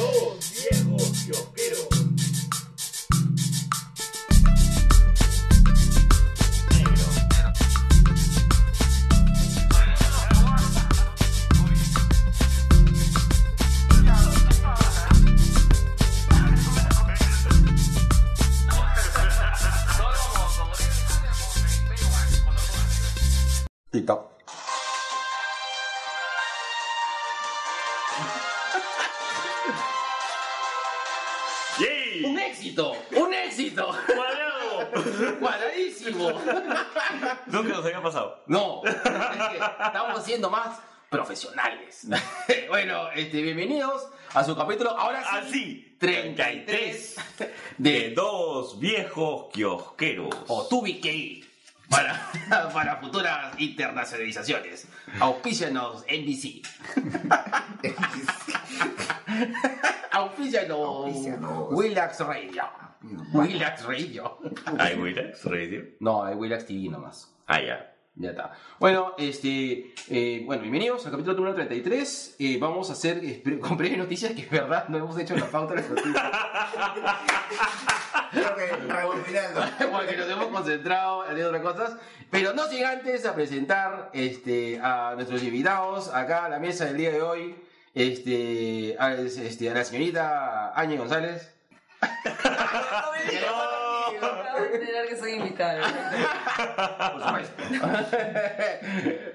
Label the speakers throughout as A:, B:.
A: viejo fiojero.
B: TikTok.
A: ¡Yay!
C: ¡Un éxito! ¡Un éxito!
A: ¡Cuadrado!
C: ¡Cuadradísimo!
B: Nunca nos había pasado.
C: No, es que estamos siendo más profesionales. Bueno, este, bienvenidos a su capítulo. Ahora sí,
B: Así.
C: 33
B: De
C: de
B: Eh, dos viejos kiosqueros.
C: o tuve que ir para, para futuras internacionalizaciones. Auspícianos NBC. Auspícianos
B: Auspícianos.
C: Willax Radio. Willax Radio.
B: Ay, Willax Radio.
C: No, hay Willax TV nomás.
B: Ah, ya.
C: Ya está. Bueno, este, eh, bueno, bienvenidos al capítulo número 33. Eh, vamos a hacer eh, pre- con breves noticias que es verdad no hemos hecho la pauta de las noticias.
D: Creo que rebobinando.
C: Porque nos hemos concentrado en otras cosas. Pero no sin antes a presentar este, a nuestros invitados acá a la mesa del día de hoy. Este, a, este, a la señorita Áñez González.
E: Acabo de enterar que soy invitada.
C: Por supuesto.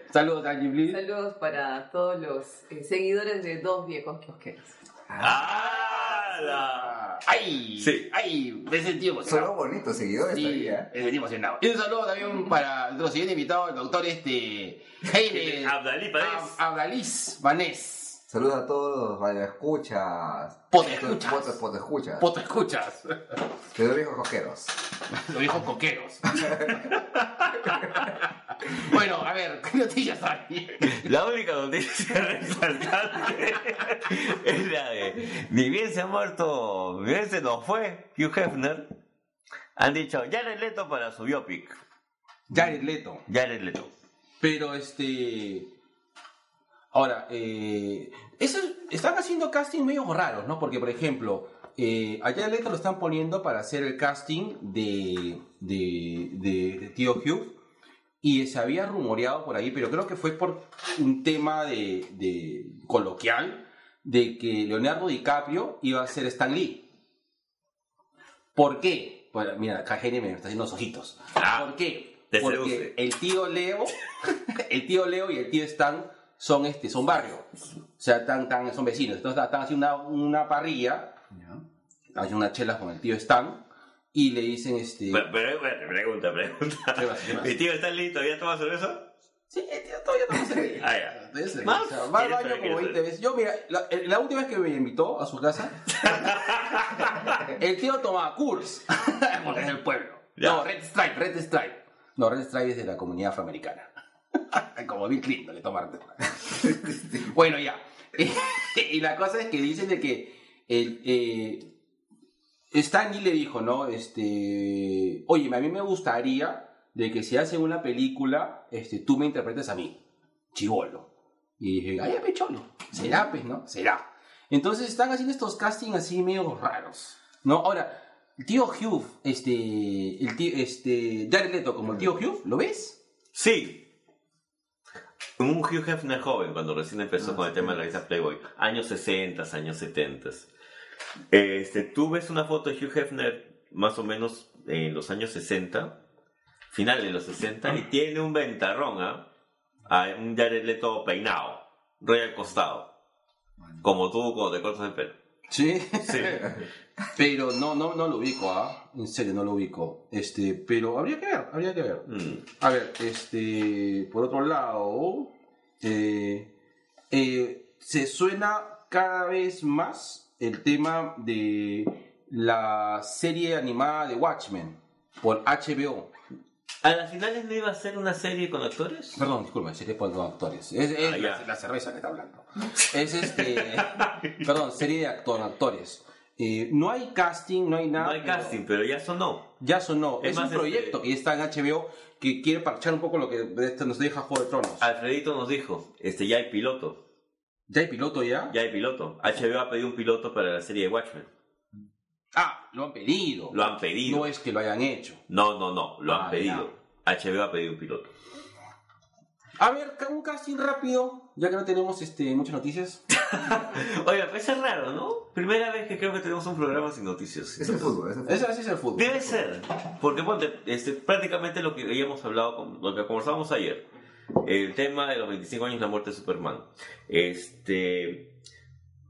C: Saludos, Angie Bliss.
E: Saludos para todos los eh, seguidores de Dos Viejos Kiosqueros.
C: Ah,
B: ¡Hala!
C: ¡Ay!
B: Sí.
C: ¡Ay! Me sentí emocionado.
D: Solo bonitos seguidores
C: Sí,
D: todavía.
C: me sentí emocionado. Y un saludo también para nuestro siguiente invitado, el doctor este Jaime
B: Abdalí Padés.
C: Ab- Abdaliz Vanés.
D: Saludos a todos los radioescuchas.
C: Podescuchas.
D: Potes, escuchas.
C: Poto escuchas.
D: De los viejos cojeros.
C: Los viejos coqueros. bueno, a ver, ¿qué noticias hay?
B: La única noticia resaltante es la de ni bien se ha muerto, ni bien se nos fue Hugh Hefner. Han dicho Jared Leto para su biopic.
C: Jared Leto.
B: Jared Leto.
C: Pero este. Ahora, eh, eso están haciendo casting medio raros, ¿no? Porque, por ejemplo, eh, a Jared Leto lo están poniendo para hacer el casting de, de, de, de Tío Hugh. Y se había rumoreado por ahí, pero creo que fue por un tema de, de coloquial de que Leonardo DiCaprio iba a ser Stan Lee. ¿Por qué? Bueno, mira, acá Jenny me está haciendo los ojitos. ¿Por qué?
B: Ah, te
C: Porque
B: seduce.
C: el tío Leo, el tío Leo y el tío Stan son este, son barrio. O sea, tan, tan, son vecinos. Entonces están haciendo una, una parrilla, hacen unas chelas con el tío Stan y le dicen este.
B: Pero, pero, bueno, pregunta,
C: ¿Qué
B: pregunta.
C: más, qué más?
B: ¿Mi tío está listo? ¿Ya toma cerveza?
C: Sí, el tío todavía no se ve.
B: Ah, ya.
C: Todavía se ve.
B: ¿Más?
C: O sea, va al
B: ¿Quieres
C: baño
B: saber,
C: como
B: quieres
C: 20 veces. Yo, mira, la, el- la última vez que me invitó a su casa, el tío tomaba Kurs, porque es del pueblo.
B: Ya.
C: No, Red Stripe, Red Stripe. No, Red Stripe es de la comunidad afroamericana. como Bill Clinton, le toma Red Stripe. bueno, ya. y la cosa es que dicen de que el, eh, Stan Lee le dijo, ¿no? Este, oye, a mí me gustaría de que si hacen una película, este, tú me interpretes a mí, chivolo. Y dije, ay, ya, pecholo, será, pues, ¿no? Será. Entonces están haciendo estos castings así medio raros, ¿no? Ahora, el tío Hugh, este, el tío, este, Jared Leto como el tío Hugh, ¿lo ves?
B: Sí. Un Hugh Hefner joven, cuando recién empezó
C: Ah,
B: con el tema de la revista Playboy. Años 60, años 70. Este, tú ves una foto de Hugh Hefner más o menos en los años 60, final de los 60, y
C: Ah.
B: tiene un ventarrón, ¿ah? Ah, Un Jared Leto peinado, rollo al costado. Como tú cuando te cortas el pelo.
C: Sí.
B: Sí.
C: Pero no, no, no lo ubico, ¿ah? En serio, no lo ubico. Este, pero habría que ver, habría que ver.
B: Mm.
C: A ver, este, por otro lado, eh, eh, se suena cada vez más el tema de la serie animada de Watchmen por HBO.
B: A las finales no iba a ser una serie con actores.
C: Perdón, disculpe, serie por los actores. Es, es
B: Ah, ya.
C: la, la cerveza que está hablando. Es este, perdón, serie de actor- actores. Eh, no hay casting, no hay nada.
B: No hay
C: pero-
B: casting, pero ya sonó.
C: Ya sonó.
B: Es
C: Es,
B: más,
C: un proyecto
B: este-
C: que ya está en HBO que quiere
B: Ah.
C: parchar un poco lo que nos deja Juego de Tronos.
B: Alfredito nos dijo, este ya hay piloto.
C: ¿Ya hay piloto ya?
B: Ya hay piloto. HBO ha pedido un piloto para la serie de Watchmen.
C: Ah, lo han pedido.
B: Lo han pedido.
C: No es que lo hayan hecho.
B: No, no, no, lo han
C: Ah,
B: pedido. HBO ha pedido un piloto.
C: A ver, ca- un casting rápido, ya que no tenemos este, muchas noticias.
B: Oiga, pues es raro, ¿no? Primera vez que creo que tenemos un programa sin noticias.
D: Es el fútbol, es el fútbol.
C: Eso así es el fútbol.
B: Debe ser, porque ponte, este, prácticamente lo que habíamos hablado, con- lo que conversábamos ayer, el tema de los 25 años de la muerte de Superman. Este,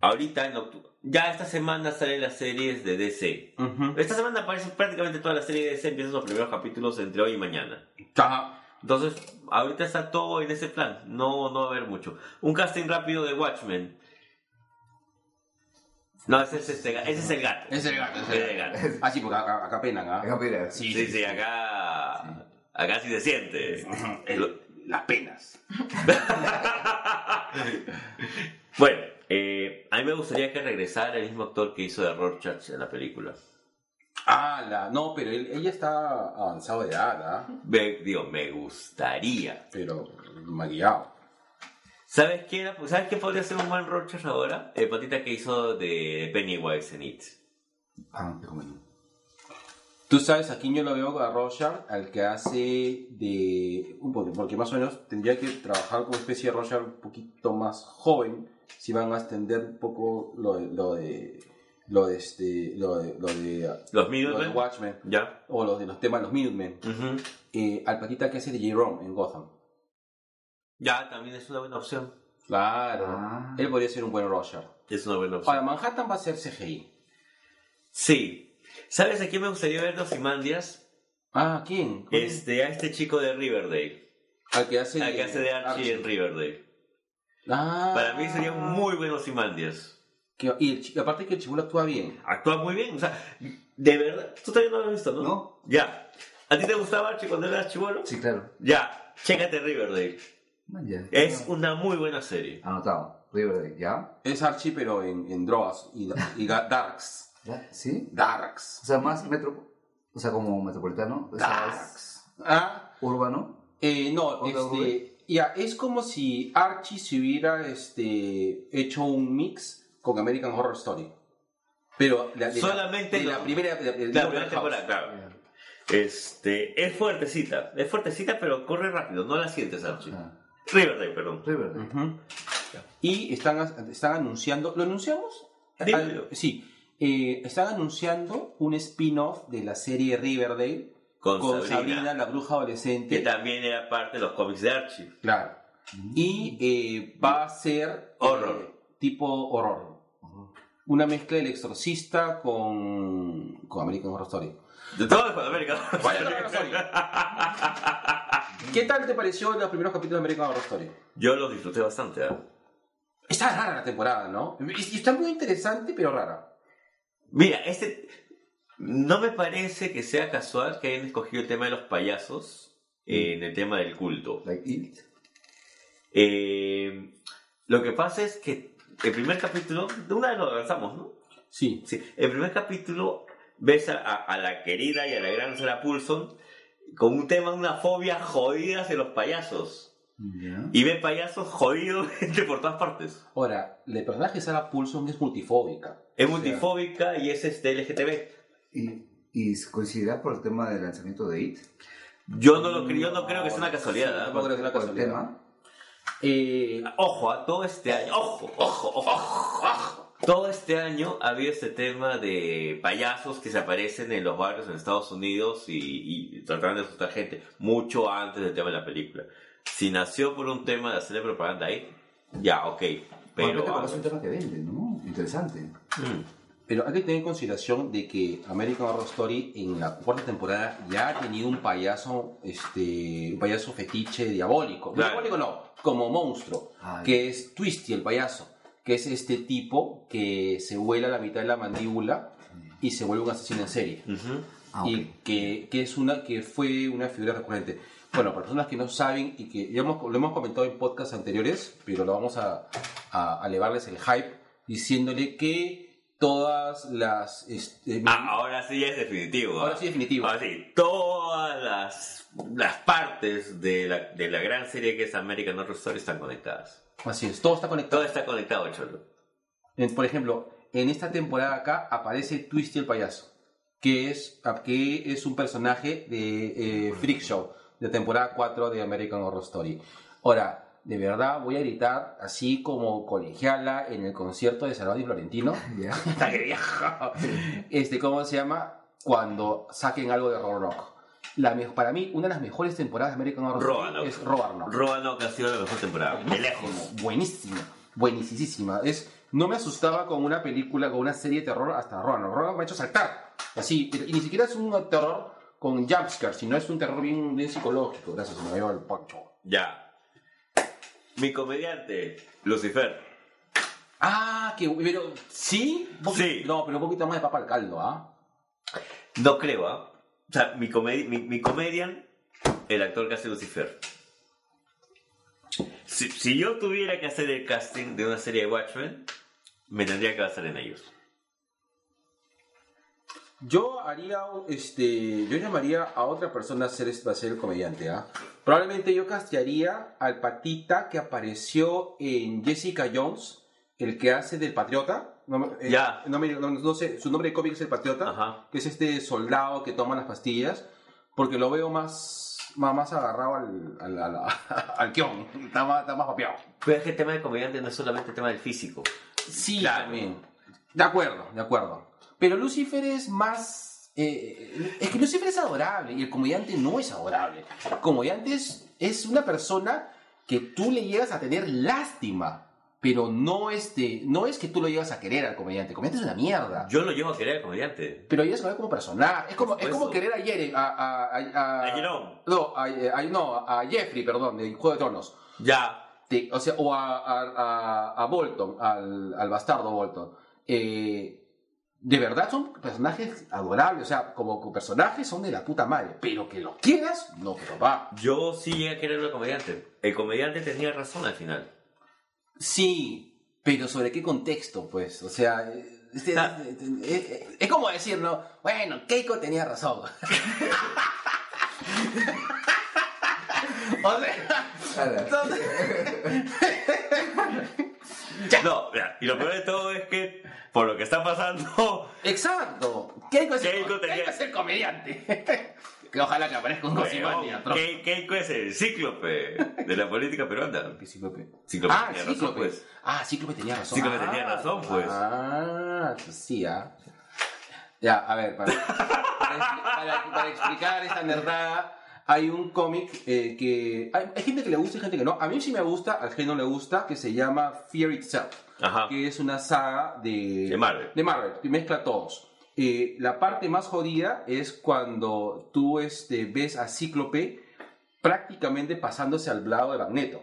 B: ahorita, en octu- ya esta semana salen las series de DC.
C: Ujú.
B: Esta semana aparecen prácticamente todas las series de DC, empiezan los primeros capítulos entre hoy y mañana.
C: Ajá.
B: Entonces, ahorita está todo en ese plan, no, no va a haber mucho. Un casting rápido de Watchmen. No, ese es, este ga- ese es el gato.
C: Es el gato, es
B: Ese es
C: el
B: el
C: gato.
B: gato.
C: Ah, sí, porque acá, acá penan, ¿ah?
D: Es campeón.
C: Sí,
B: Sí, sí, acá. Acá sí se siente.
C: Ujú, el- las penas.
B: bueno, eh, a mí me gustaría que regresara el mismo actor que hizo de Rorschach en la película.
C: Ah, la, no, pero él- ella está avanzado de edad, ¿ah?
B: Me- digo, me gustaría.
C: Pero maquillado.
B: ¿Sabes qué, era? ¿Sabes qué podría ser un buen Rorschach ahora? El patita que hizo de Pennywise en It.
C: Ah, qué bueno. Tú sabes, aquí yo lo veo a Roger, al que hace de... un poco- Porque más o menos tendría que trabajar como especie de Roger un poquito más joven, si van a extender un poco lo de... Lo de lo de este lo de lo de,
B: Los
C: lo de
B: Minutemen.
C: Watchmen
B: Ya.
C: o los de los temas de los Minutemen
B: Ujú.
C: eh, al patita que hace de Jerome en Gotham
B: Ya, también es una buena opción.
C: claro
D: Ah.
C: él podría ser un buen Roger
B: Es una buena opción.
C: Ahora, Manhattan va a ser CGI.
B: Sí. ¿Sabes a quién me gustaría ver los Imandias?
C: Ah, ¿quién? ¿Cuál es?
B: Este, a este chico de Riverdale.
C: Al que hace,
B: Al que hace de Archie en Riverdale.
C: Ah.
B: Para mí sería un muy buenos Osimandias.
C: Que- y el chi- aparte que el chibulo actúa bien.
B: Actúa muy bien, o sea, de verdad. Tú todavía no lo has visto, ¿no?
D: No.
B: Ya. ¿A ti te gustaba Archie cuando eras chivolo?
D: Sí, claro.
B: Ya. Chécate Riverdale.
D: Man, ya.
B: Es una muy buena serie.
D: Anotado. Riverdale, ¿ya?
C: Es Archie, pero en, en drogas y, y ga- darks.
D: ¿Ya? ¿Sí? O
C: Darks.
D: sea, más metro... O sea, como metropolitano. O sea, es
C: Darks. Ah,
D: urbano.
C: eh, no,
D: Hola,
C: este.
D: Rubén.
C: Ya, es como si Archie se hubiera este, hecho un mix con American Horror Story. Pero la, de la-
B: Solamente
C: de la,
B: lo-
C: primera, de la, de
B: La
C: Doctor
B: primera
C: House.
B: temporada, claro. Este, es fuertecita. Es fuertecita, pero corre rápido. No la sientes, Archie.
D: Ah,
B: Riverdale, perdón.
D: Riverdale.
C: Ujú. Y están, están anunciando, ¿lo anunciamos?
B: Dilo,
C: Al-
B: dilo.
C: sí, Eh, están anunciando un spin-off de la serie Riverdale
B: Con,
C: con, Sabrina.
B: Sabrina,
C: la bruja
B: que
C: adolescente.
B: también era parte de los cómics de Archie.
C: Claro. Y eh, va a ser
B: Horror.
C: eh, tipo horror. Una mezcla del exorcista con, con American Horror Story.
B: De todo el América.
C: Vaya, no, no, sorry. ¿Qué tal te pareció los primeros capítulos de American Horror Story?
B: Yo los disfruté bastante. ¿ah?
C: Está rara la temporada, ¿no? Y- y Está muy interesante, pero rara.
B: Mira, este. No me parece que sea casual que hayan escogido el tema de los payasos en el tema del culto.
D: Like It.
B: Eh, lo que pasa es que el primer capítulo, de una vez lo avanzamos, ¿no?
C: Sí.
B: Sí, el primer capítulo ves a, a- a la querida y a la gran Sarah Paulson con un tema, una fobia jodida hacia los payasos.
D: ¿Ya?
B: Y ve payasos jodidos gente por todas partes.
C: Ahora, el personaje Sarah Paulson es multifóbica.
B: Es
C: O sea,
B: multifóbica y es este LGTB.
D: ¿Y, y se coincidirá por el tema del lanzamiento de It?
B: Yo no, lo, cre- yo no creo que sea una
C: Sí,
B: casualidad. ¿ah?
C: tampoco creo que sea una
D: ¿Por el
C: casualidad.
D: tema?
C: Eh,
B: Ojo, a todo este año, ojo, ojo, ojo, ojo, ojo. Todo este año ha habido este tema de payasos que se aparecen en los barrios en Estados Unidos y, y tratan de asustar gente mucho antes del tema de la película. Si nació por un tema de hacerle propaganda ahí, ya, ok. Pero.
D: Pero,
B: ah,
D: es un tema que vende, ¿no? Interesante.
B: mm,
C: pero hay que tener en consideración de que American Horror Story en la cuarta temporada ya ha tenido un payaso, este, un payaso fetiche diabólico.
B: Claro.
C: Diabólico no, como monstruo,
D: Ay.
C: que es Twisty el payaso, que es este tipo que se vuela la mitad de la mandíbula y se vuelve un asesino en serie.
B: ujú.
D: Ah,
C: y
D: ok.
C: que, que es una que fue una figura recurrente. Bueno, para personas que no saben y que ya hemos- lo hemos comentado en podcasts anteriores, pero lo vamos a, a- a elevarles el hype diciéndole que todas las este,
B: Ah, ahora sí ya es definitivo.
C: ahora
B: ¿ah?
C: sí definitivo.
B: Ahora sí, todas las, las partes de la, de la gran serie que es American Horror Story están conectadas.
C: Así es, todo está
B: Todo
C: conectado.
B: está conectado, Cholo.
C: En- Por ejemplo, en esta temporada acá aparece Twisty el payaso, que es, ah, que es un personaje de eh, Freak Show, de temporada 4 de American Horror Story. Ahora, de verdad voy a gritar así como colegiala en el concierto de Salvador y Florentino.
D: ¿Ya?
C: Hasta que viejo. Este, ¿cómo se llama? Cuando saquen algo de Roanoke. La me- para mí, una de las mejores temporadas de American Horror Story
B: Roanoke.
C: es Roanoke.
B: Roanoke ha sido la mejor temporada. De lejos.
C: Buenísima, buenísima. Es, no me asustaba con una película, con una serie de terror hasta Roanoke. Roanoke me ha hecho saltar. Así, y ni siquiera es un terror con jumpscare, sino es un terror bien, bien psicológico. Gracias, se me dio el poncho.
B: Ya. Mi comediante, Lucifer.
C: Ah, que pero sí, Un poquito-
B: Sí.
C: No, pero un poquito más de papa al caldo, ¿ah?
B: No creo, ¿ah? O sea, mi, comedi- mi, mi comedian, el actor que hace Lucifer. Si, si yo tuviera que hacer el casting de una serie de Watchmen, me tendría que basar en ellos.
C: Yo haría, un- este, yo llamaría a otra persona a ser, a ser el comediante, ¿ah? Probablemente yo castearía al patita que apareció en Jessica Jones, el que hace del patriota. No, me- eh,
B: Ya.
C: No, me- no- no sé, su nombre de cómic es el patriota,
B: Ajá.
C: que es este soldado que toma las pastillas, porque lo veo más, más, más agarrado al, al, al, al guión. está más, está más papeado.
B: Pero es que el tema del comediante no es solamente el tema del físico.
C: Sí,
B: Claro.
C: también. De acuerdo, de acuerdo. Pero Lucifer es más... eh, es que Lucifer es adorable y el comediante no es adorable. El comediante es, es una persona que tú le llegas a tener lástima, pero no, este, no es que tú lo llegas a querer al comediante. El comediante es una mierda.
B: Yo lo llevo a querer al comediante.
C: Pero llegas a ver como personaje. Es como,
B: Por
C: es como
B: supuesto.
C: querer a Jerry, a... a, a- a-
B: A Jerome.
C: no, a, eh, a- no, a Jeffrey, perdón, de Juego de Tronos.
B: Ya.
C: Te- o sea, o a, a, a- a Bolton, al, al bastardo Bolton. Eh, de verdad son personajes adorables, o sea, como que personajes son de la puta madre, pero que los quieras, no, pero va.
B: Yo sí llegué a querer al comediante. El comediante tenía razón al final.
C: Sí, pero ¿sobre qué contexto, pues? O sea, eh, este-
B: Ah.
C: este- eh, eh, es como decir, ¿no? Bueno, Keiko tenía razón. o sea,
D: Ala.
B: No, mira, y lo peor de todo es que, por lo que está pasando,
C: Exacto. Keiko es, el-
B: Keiko tenía-
C: Keiko es el comediante. que ojalá que aparezca un Gosimania.
B: Weón, Ke- Keiko es el cíclope de la política peruana.
C: Cíclope.
B: Cíclope
C: Ah,
B: tenía razón,
C: Cíclope.
B: pues.
C: Ah, Cíclope tenía razón.
B: Cíclope
C: Ah,
B: tenía razón, pues.
C: Ah, pues sí, ah. Ya, a ver, para, para, expli- para- para explicar esta nerdada, hay un cómic eh, que... Hay, hay gente que le gusta y gente que no. A mí sí me gusta, al que no le gusta, que se llama Fear Itself.
B: Ajá.
C: que es una saga de,
B: De Marvel.
C: de Marvel, que mezcla todos. Eh, la parte más jodida es cuando tú este, ves a Cíclope prácticamente pasándose al lado de Magneto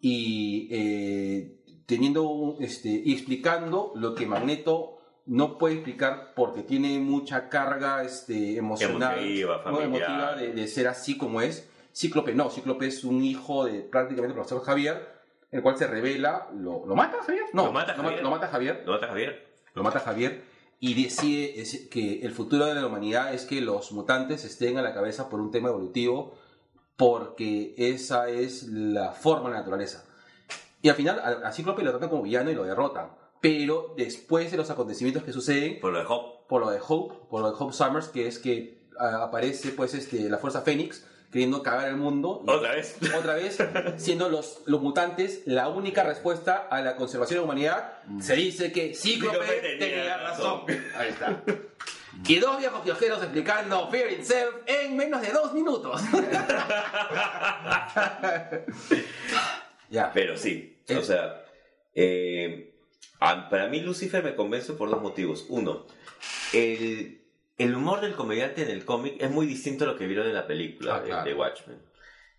C: y eh, teniendo un- este, y explicando lo que Magneto no puede explicar porque tiene mucha carga este, emocional,
B: Emotiva,
C: ¿no?
B: familiar.
C: emotiva de, de ser así como es. Cíclope no, Cíclope es un hijo de prácticamente profesor Javier, el cual se revela, lo, ¿lo mata Javier? No,
B: Lo mata Javier.
C: lo mata Javier
B: ¿No estás Javier?
C: lo mata Javier y decide es- que el futuro de la humanidad es que los mutantes estén a la cabeza por un tema evolutivo porque esa es la forma de la naturaleza. Y al final a, a Cíclope lo tratan como villano y lo derrotan. Pero después de los acontecimientos que suceden,
B: Por lo de Hop.
C: por lo de Hope, por lo de Hope Summers, que es que ah, aparece pues este, la Fuerza Fénix queriendo cagar el mundo. y-
B: Otra vez.
C: otra vez, siendo los, los mutantes la única respuesta a la conservación de la humanidad, se dice que Cíclope
B: Mm. Cíclope
C: tenía,
B: tenía
C: razón.
B: razón.
C: Ahí está. Y dos viejos piojeros explicando Fear Itself en menos de dos minutos. ya.
B: Pero sí,
C: Eh.
B: o sea, eh, a- para mí Lucifer me convence por dos motivos. Uno, el, el humor del comediante en el cómic es muy distinto a lo que vieron en la película
C: Ah,
B: de,
C: claro.
B: de Watchmen.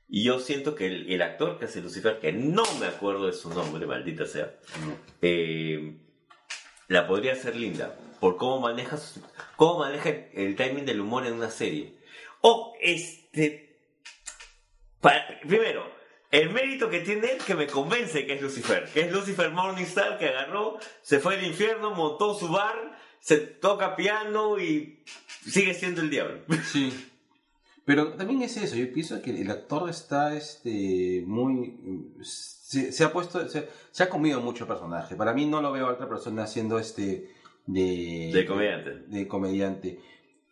B: Y yo siento que el, el actor que hace Lucifer, que no me acuerdo de su nombre, maldita sea, eh, la podría hacer linda por cómo maneja, su- cómo maneja el, el timing del humor en una serie. O este... pa- primero, el mérito que tiene él que me convence que es Lucifer, que es Lucifer Morningstar que agarró, se fue al infierno, montó su bar, se toca piano y sigue siendo el diablo.
C: Sí. Pero también es eso, yo pienso que el actor está este, muy... mm, s- se, se ha puesto, se, se ha comido mucho personaje. Para mí no lo veo a otra persona haciendo este de,
B: De comediante.
C: de comediante.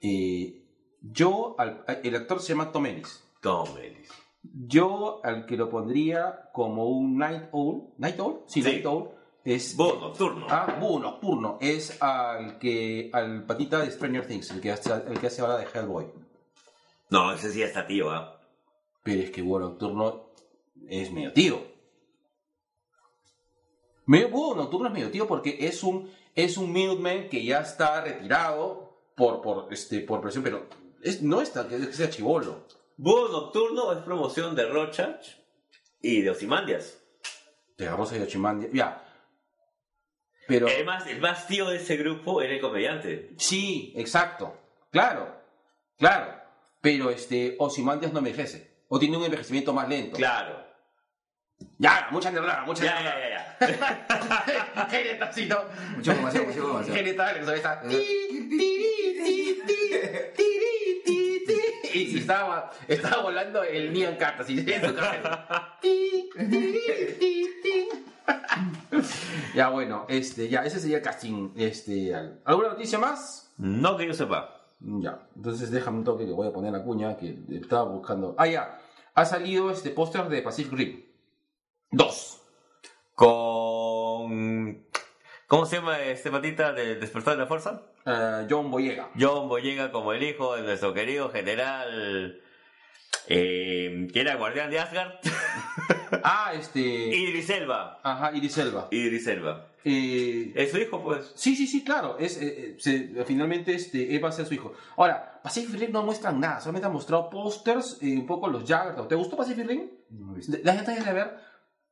C: Eh, yo, al- el actor se llama Tom Ellis.
B: Tom Ellis.
C: Yo al que lo pondría como un Night Owl, ¿Night Owl? Sí,
B: Sí.
C: Night Owl. Es,
B: Vos, nocturno.
C: Ah, búho nocturno. Es al que al patita de Stranger Things, el que hace, el que hace ahora de Hellboy.
B: No, ese sí ya está tío, ¿ah?
C: Pero es que búho nocturno es medio tío. Medio búho nocturno es medio tío porque es un es un Minuteman que ya está retirado por por este por presión, pero es, no es tan que que sea chivolo.
B: Búho nocturno es promoción de Rocha y de Osimandias.
C: Te agarró a Yochimandia. Ya. Pero
B: Además, el más tío de ese grupo era el comediante.
C: Sí, exacto. Claro, claro. Pero este, Ozymandias no envejece. O tiene un envejecimiento más lento.
B: Claro.
C: Ya, mucha nervada, mucha
B: Ya,
C: nervada.
B: ya, ya. ya.
C: Genetacito.
D: Mucho demasiado, mucho demasiado.
C: Genetales, ahí está. Ti, ti, ti, ti, ti, ti, ti. Y si estaba, estaba volando el Nian Cat así en su cabeza. Ti, ti, ti, ti. Ya bueno, este, ya, ese sería el casting. Este, al- ¿Alguna noticia más?
B: No que yo sepa.
C: Ya, entonces déjame un toque que voy a poner la cuña que estaba buscando. Ah, ya, ha salido este póster de Pacific Rim. Dos.
B: Con. ¿Cómo se llama este patita de Despertar de la Fuerza?
C: Eh, John Boyega.
B: John Boyega como el hijo de nuestro querido general. eh, que era guardián de Asgard.
C: Ah, este.
B: Idris Elba.
C: Ajá, Iris Elba.
B: Idris Elba.
C: Eh,
B: Es su hijo, pues.
C: sí, sí, sí, claro. Es, eh, eh, se- finalmente este, eh, va a ser su hijo. Ahora, Pacific Rim no muestran nada, solamente han mostrado pósters, eh, un poco los Jagger. ¿Te gustó Pacific Rim?
D: No he visto.
C: La gente de ver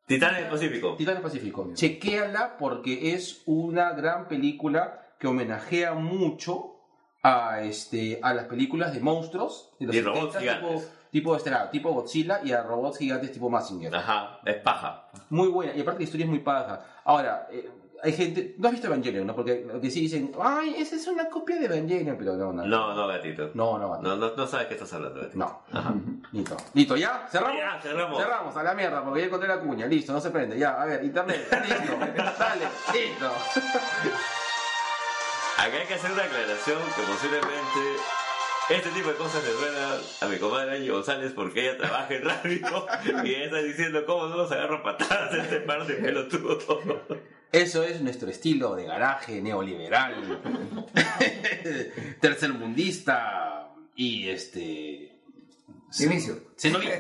B: Titán del Pacífico.
C: Titanes Pacífico. Chequéala porque es una gran película que homenajea mucho a, este, a las películas de monstruos. De los
B: Y robots
C: 70, tipo,
B: gigantes. Ah.
C: tipo, este, ah, tipo Godzilla y a robots gigantes tipo Mazinger.
B: Ajá, es paja.
C: Muy buena. Y aparte la historia es muy paja. Ahora, eh, hay gente... No has visto Evangelion, ¿no? Porque lo que sí dicen, ay, esa es una copia de Evangelion, pero no, no.
B: No, no, gatito.
C: No, no, no.
B: No, no, no sabes qué estás hablando, gatito.
C: No. Listo. Listo, ¿ya? ¿Cerramos?
B: Ya, cerramos.
C: Cerramos a la mierda porque ya encontré la cuña, listo, no se prende, ya, a ver, internet, listo, dale, listo.
B: Acá hay que hacer una aclaración que posiblemente este tipo de cosas le suena a mi comadre Angie González porque ella trabaja en radio y ella está diciendo cómo no nos agarran patadas este par de pelotudos.
C: Eso es nuestro estilo de garaje neoliberal, tercermundista y este.
D: Inicio.
C: Cenovita.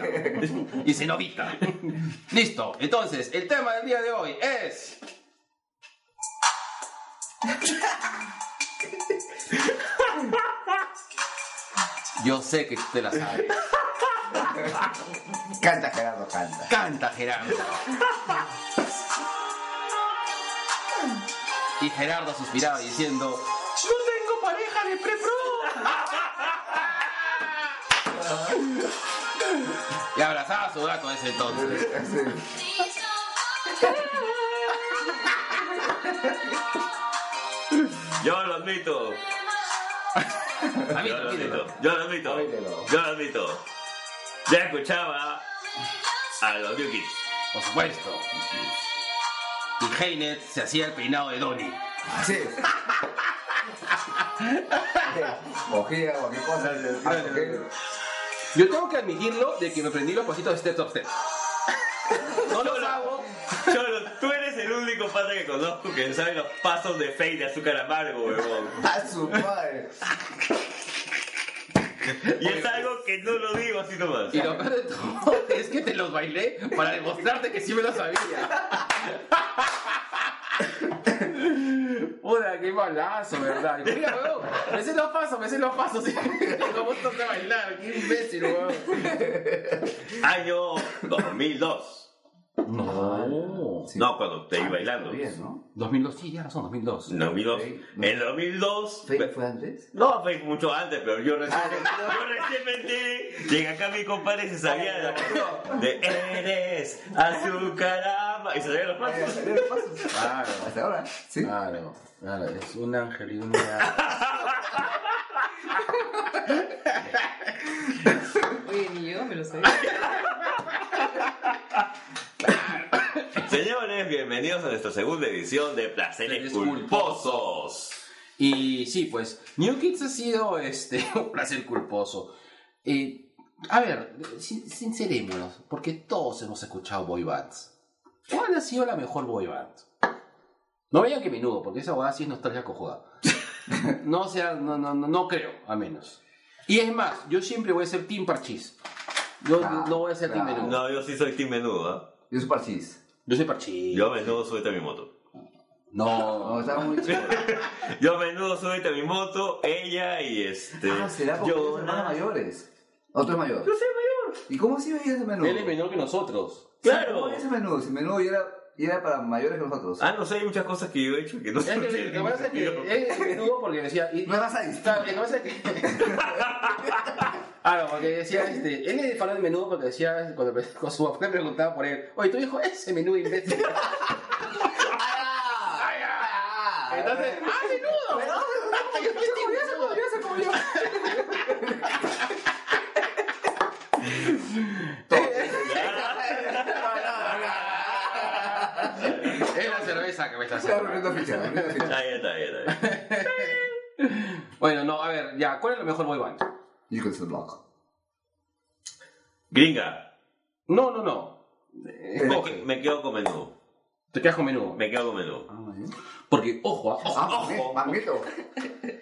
C: y cenovita. listo, entonces, el tema del día de hoy es. Yo sé que tú te la sabes.
D: Canta, Gerardo, canta.
C: Canta Gerardo. Y Gerardo suspiraba diciendo: ¡No tengo pareja de pre-pro! Y abrazaba a su gato en ese entonces.
B: Yo lo admito.
C: A mí
B: Yo lo
C: también.
B: admito. Yo lo admito.
D: Admítelo.
B: Yo lo admito. Ya escuchaba a los New Kids.
C: Por supuesto. Y Heinet se hacía el peinado de Donnie.
D: Ah, Sí. Ojía, o qué cosa. Ah, ok.
C: Yo tengo que admitirlo de que me aprendí los pasitos de Step Up Step. No los hago.
B: Cholo, tú eres el único pata que conozco que sabe los pasos de Fey de azúcar amargo, huevón.
D: A su padre.
B: Y es algo que no lo digo así nomás.
C: Y lo peor de todo es que te los bailé para demostrarte que sí me los sabía. Puta, qué malazo, ¿verdad? Y mira, weón, me sé los pasos, me sé los pasos. sí. Lo gusta de bailar, qué imbécil, weón.
B: Año 2002.
C: No.
D: Sí.
B: No, cuando te iba
D: Ah,
B: bailando.
D: está Bien, ¿no?
C: 2002, sí, ya son 2002.
B: 2002.
D: Sí.
B: En 2002.
D: ¿Fake fue antes?
B: No, fue mucho antes, pero yo recién,
D: Ah, no.
B: yo recién me enteré de que acá mi compadre se sabía de la canción de Eres azúcar ama- Y se sabía los
D: Eh,
B: pasos.
D: salieron pasos.
C: Claro,
D: Hasta ahora, sí.
B: Ah.
C: claro, claro, es un ángel y una...
E: Oye, ni yo me lo sabía.
B: bienvenidos a nuestra segunda edición de Placeres
C: Placeres
B: Culposos.
C: Y sí, pues New Kids ha sido este, un placer culposo. Eh, a ver, sin- sincerémonos, porque todos hemos escuchado boy bands. ¿Cuál ha sido la mejor boy band? No vean que menudo, porque esa boda sí es nostalgia cojuda. no sea, no, no, no, no creo, a menos. Y es más, yo siempre voy a ser Team Parchís. Yo
D: Ah,
C: no voy a ser Team
D: claro.
C: Menudo.
B: No, yo sí soy team menudo.
D: Yo soy parchís.
C: Yo soy
B: ¿eh?
C: Parchís.
B: Yo menudo súbete a mi moto.
D: No,
C: No.
D: estaba muy chido.
B: Yo menudo súbete a mi moto, ella y este.
D: Ah, será porque
B: yo
D: eres hermanos
B: mayor.
D: mayores. Otro es mayor.
B: Yo soy mayor.
D: ¿Y cómo así veías a menudo?
C: Él es menor que nosotros.
B: Claro.
D: ¿Cómo veías a menudo? Si menudo ya era, ya era para mayores que nosotros.
B: Ah, no sé, hay muchas cosas que yo he hecho que no
C: Es que
B: sé.
C: lo que pasa es que es menudo porque decía. y-
D: No vas a
C: Está bien, no sé qué. ah, no, porque decía, este, él es fan de menudo porque decía, cuando pre- con su papá le preguntaba por él, oye, tu hijo es ese menudo imbécil. Entonces, ¡ah, menudo! Ah, yo soy Tim Menudo. Es la cerveza que me está
D: Claro, no
C: haciendo.
D: es ficha, no es ficha.
B: Ahí está, ahí está. ahí.
C: Bueno, no, a ver, ya, ¿cuál es la mejor boy band?
D: You can still block.
B: Gringa,
C: No, no, no. Eh,
B: me,
C: escoge.
B: que- me quedo con menudo.
C: Te quedas con menudo.
B: Me quedo con menudo.
C: Porque, ojo, ah, ojo.
D: Ah, Mangue- Mangueto.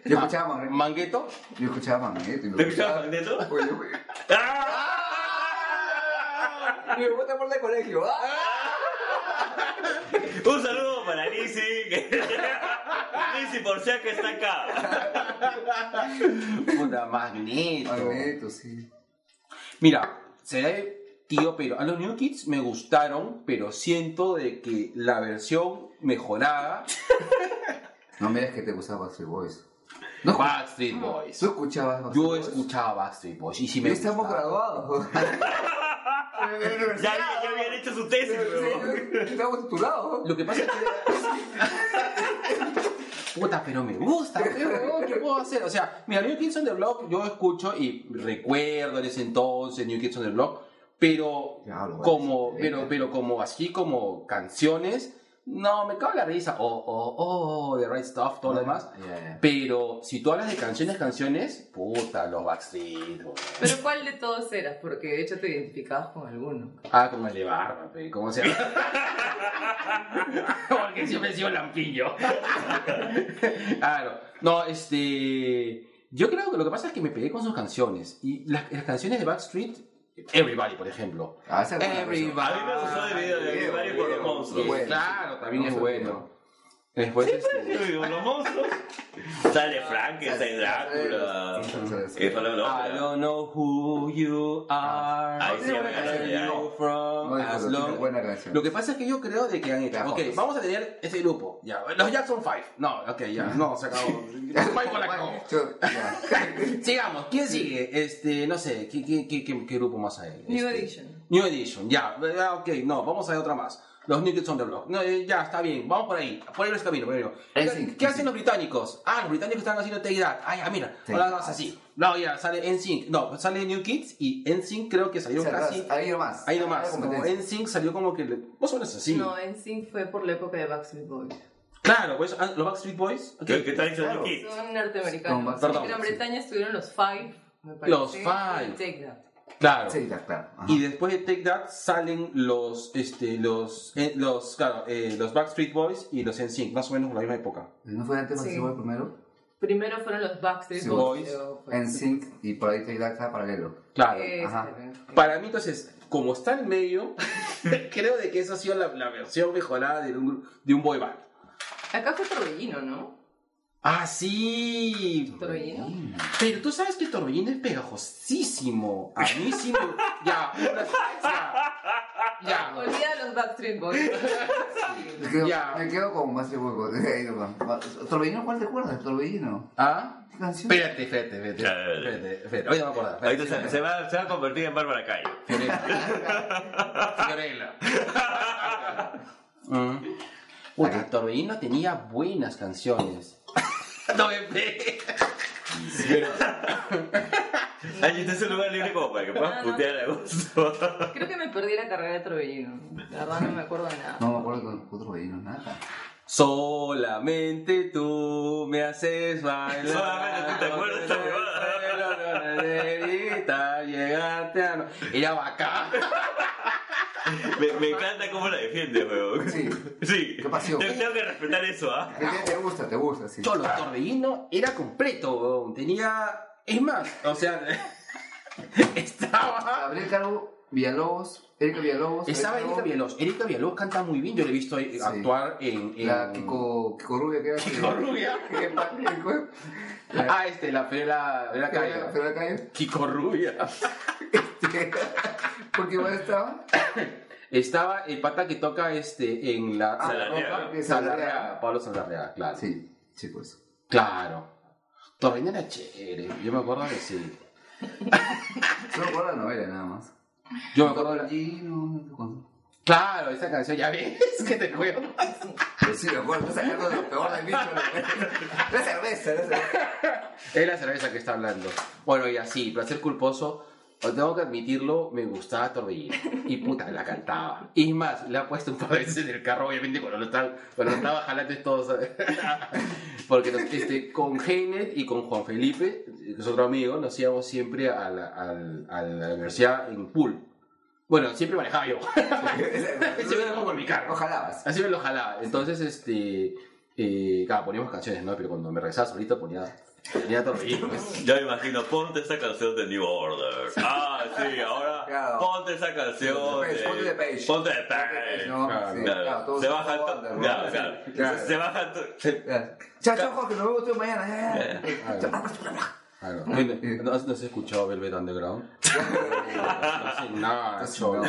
D: Yo escuchaba Mangueto.
C: Mangueto.
D: Yo escuchaba Mangueto. y me
B: ¿Te
C: Ah.
B: escuchabas Magneto?
D: Oye, oye.
B: ¡Ah!
D: Y me bota por el colegio. ¡Ah!
B: Un saludo para Lizzy. Lizzy, por si que está acá.
C: Puta, magneto.
D: Magneto, sí.
C: Mira, será de tío, pero a los New Kids me gustaron, pero siento de que la versión mejorada.
D: No me digas que te gustaba Backstreet Boys. No,
C: Backstreet Boys.
D: ¿Tú escuchabas Backstreet
C: Yo
D: Boys?
C: escuchaba Backstreet Boys y si
D: Ya
C: me
D: estamos
C: gustaba.
D: graduados.
B: Ya, ya habían hecho su tesis, weón.
D: Estamos titulados.
C: Lo que pasa es que. Puta, pero me gusta, pero oh, ¿qué puedo hacer? O sea, mira, New Kids on the Block yo escucho y recuerdo en ese entonces New Kids on the Block, pero
D: Ya, lo voy a
C: como,
D: decir.
C: pero, pero como así como canciones, no, me cago en la risa, o, o, o, The Right Stuff, todo lo demás.
D: Ya, ya.
C: Pero si tú hablas de canciones, canciones, puta, los Backstreet. Boys.
E: Pero ¿cuál de todos eras? Porque de hecho te identificabas con alguno.
C: Ah, como el de barba, pe, ¿cómo se llama? Porque siempre he sido lampiño. claro. No, este. Yo creo que lo que pasa es que me pegué con sus canciones. Y las, las canciones de Backstreet, Everybody, por ejemplo.
D: Ah, esa es buena
B: A
C: Everybody.
B: mí me gustó el video de
D: Video,
B: Everybody por los
D: video.
B: monstruos.
D: Bueno.
C: claro, también es
D: Vamos a ver.
C: bueno. Después, este,
B: Uy, Por los monstruos. Sale Frankenstein, Drácula.
D: Sí.
B: Eh, sale una
D: Ah,
C: I
B: ópera.
C: don't know who you are.
B: Ah, Ahí sí,
C: where
B: me parece que ya.
C: you from,
D: No,
C: as
D: hijo, pero
C: long
D: tiene buena canción. pues.
C: Lo que pasa es que yo creo de que han hecho.
D: Ya,
C: ok,
D: juntos.
C: vamos a tener ese grupo. Ya, los Jackson 5. No, ok, ya. No, se acabó. Michael la acabó.
D: Yo- ya.
C: Sigamos. ¿Quién sigue? Este, no sé, ¿qué, qué, qué, qué, qué grupo más hay?
E: New
C: Este,
E: Edition.
C: New Edition, ya. ya, Ok, no, vamos a ver otra más. Los New Kids on the Block. No, eh, ya, está bien. Vamos por ahí. Por ahí es camino. por ahí no. ¿Qué,
D: NSYNC,
C: qué hacen los británicos? Ah, los británicos están haciendo Take That. Ah, ya, mira.
D: Take
C: Ahora
D: That.
C: vas así. No, ya, sale NSYNC. No, sale New Kids y NSYNC creo que salieron
D: Cerradas.
C: casi...
D: Ahí nomás.
C: Ahí nomás.
D: Ahí la
C: Como
D: ah, competencia.
C: NSYNC salió como que... le- Más o menos así.
E: No, en sí fue por la época de Backstreet Boys.
C: Claro, pues ah, los Backstreet Boys. ok.
B: ¿Qué, qué tal hizo
D: Claro.
B: Nicky?
E: Son
D: Son
E: norteamericanos.
D: Backstreet
E: en Gran
D: Boys, sí.
E: Bretaña estuvieron los Five, me parece.
C: Los
E: y
C: Five.
E: Take That.
C: Claro.
D: Sí, ya, claro. Ajá.
C: Y después de Take That salen los, este, los, eh, los, claro, eh, los Backstreet Boys y los NSYNC, más o menos por la misma época.
D: ¿No fue antes
E: Sí.
D: Backstreet Boys primero?
E: Primero fueron los Backstreet
D: Sí,
E: Boys.
C: Boys.
E: pero fue-
D: En Sync y por ahí te da cada paralelo.
C: Claro.
E: Este,
D: ajá.
C: Para mí, entonces, como está en medio, creo de que esa ha sido la, la versión mejorada de un, gru- de un boy band.
E: Acá fue Torbellino, ¿no?
C: Ah, sí.
E: Torbellino.
C: Pero tú sabes que Torbellino es pegajosísimo. A mí sí me- Ya, una- ya, ya.
E: Olvida los Backstreet Boys.
D: Me quedo,
C: Ya.
D: me quedo con más de hueco. Ahí nomás. ¿Torbellino cuál te acuerdas? ¿Torbellino?
C: ¿Ah?
D: ¿Qué canción?
C: Espérate, espérate, espérate.
B: Ya, ya, ya.
C: Espérate, espérate. Ahorita me voy a acordar.
B: Ahorita se, se va, se va a convertir en Bárbara Calle.
C: Fiorella. Fiorella. Mm. Puta, Torbellino tenía buenas canciones. no me pegues.
B: Ay, este es un lugar libre como para que puedas
E: No, no.
B: putear a gusto.
E: Creo que me perdí la carrera de Torbellino. La verdad no me acuerdo de nada.
D: No me acuerdo con con Torbellino, nada.
C: Solamente tú me haces bailar.
B: Solamente tú te acuerdas de esta huevada.
C: No necesitas llegarte a... Era bacán.
B: Me, me encanta cómo la defiende, weón.
D: Sí.
B: Sí.
D: Qué pasión.
B: Te- Tengo que respetar eso, ¿ah?
D: Te, te- te gusta, te gusta, sí.
C: Cholo, Torbellino era completo, weón. Tenía... Es más, o sea... estaba...
D: Gabriel Calvo, Villalobos, Erika Villalobos.
C: Estaba
D: Gabriel
C: Erika
D: Calvo,
C: Villalobos. Erika Villalobos canta muy bien. Yo le he visto eh, actuar en... en-
D: La Kiko, Kiko Rubia que era.
C: Kiko Rubia.
D: Que era parte del cuerpo. La-
C: Ah, este, la Fela... La,
D: la calle, pero la calle.
C: Kiko Rubia.
D: Porque igual estaba.
C: Estaba el pata que toca este en la
D: Ah,
B: Salarriaga.
C: Roca. Salarriaga, Pablo Salarriaga, claro.
D: Sí, sí, pues.
C: Claro. Torreña era chévere, yo me acuerdo que sí.
D: Solo por la novela, nada más.
C: Yo me acuerdo de la-
D: Allí, no, no te cuento.
C: Claro, esa canción, ya ves que te juego.
D: Pero sí, me acuerdo, está sacando lo peor del bicho. ¿no? La cerveza, la cerveza.
C: Es la cerveza que está hablando. Bueno, y así, placer culposo, os tengo que admitirlo, me gustaba Torbellino. Y puta, la cantaba. Y es más, la he puesto un par de veces en el carro, obviamente, cuando lo estaba, cuando lo estaba jalando todos. Porque nos- este, con Heinet y con Juan Felipe, que es otro amigo, nos íbamos siempre a la, al- a la universidad en pool. Bueno, siempre manejaba yo. Siempre manejaba con mi carro.
D: Ojalá pues. vas.
C: Así me lo jalaba. Entonces, este. Eh, claro, poníamos canciones, ¿no? Pero cuando me regresaba solito ponía. Ponía pues. torbellino.
B: Yo me imagino, ponte esa canción de New Order. Ah, sí, ahora
D: Claro.
B: ponte esa canción
D: Ponte de
B: de...
D: Page, ponte de
B: Ponte de
D: Page.
B: Page.
D: Claro, no,
C: claro,
D: sí,
B: Claro.
D: claro, todos
B: se
D: son
B: baja to-
D: Wonder, ¿no?
B: claro,
D: Sí,
B: claro.
D: claro.
B: Se, se baja to- se-
D: Claro. Chao, chao, Jorge, nos vemos tú mañana. ya, ya, ya.
C: Claro. ¿No, has- ¿No has escuchado Velvet Underground? No sé nada,
D: Sí,
C: cholo.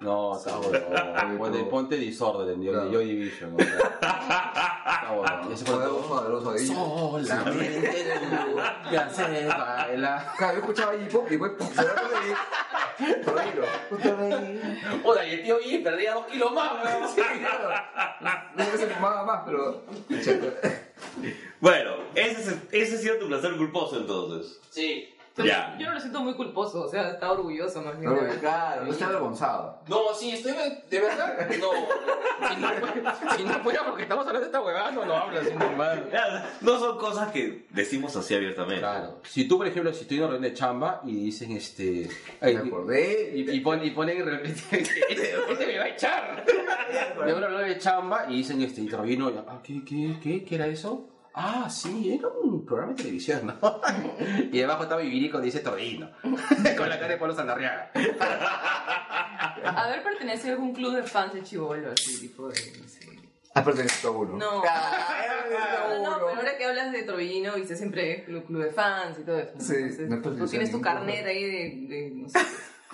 D: no.
C: No, está bueno. Ponte, ponte Disorder, en
D: Claro.
C: Joy Division. o sea. Está bueno. Ese fue
D: Poderoso, poderoso ahí.
C: Solamente tú me haces bailar.
D: Claro, yo escuchaba hip hop y después pum, se va por ahí. Por ahí, ¿no? Justo ahí.
C: Hola, y el tío Y perdía dos kilos más, weón.
D: Sí, claro. No se fumaba más, pero.
B: Bueno, ese, es- ese ha sido tu placer culposo entonces.
C: Sí.
E: Pero
B: Ya.
E: Yo no lo siento muy culposo, o sea, está orgulloso más bien. de
D: Pero,
E: haber-
D: Claro, no está avergonzado.
C: No, sí, estoy de, de verdad. No. Si no, fuera, si no fuera porque estamos hablando de esta huevada, no lo hablas, es normal.
B: Claro, No son cosas que decimos así abiertamente.
C: Claro. Si tú, por ejemplo, si estoy en una reunión de chamba y dicen este.
D: Me
C: ay,
D: acordé.
C: y, y pon- y ponen. Este, este me va a echar. De una reunión de chamba y dicen este. Y Torbino, ya, ah, ¿qué, qué, qué, ¿Qué era eso? Ah, sí, era un programa de televisión, ¿no? Y debajo estaba Vivirico, dice Torbino. Con la cara de Pablo Sandarriaga.
E: Haber pertenecido a algún club de fans de chivolo, así, tipo de. No, sé.
D: Has pertenecido a uno.
E: no.
D: Ah, era
E: No,
D: pertenecido a
E: no,
D: uno.
E: pero ahora que hablas de Torbellino, viste, siempre es club, club de fans y todo eso. ¿no?
D: Sí,
E: Entonces,
D: no
E: tú
D: pertenece
E: tienes
D: a
E: tu
D: ningún
E: carnet
D: club.
E: ahí de. de no sé,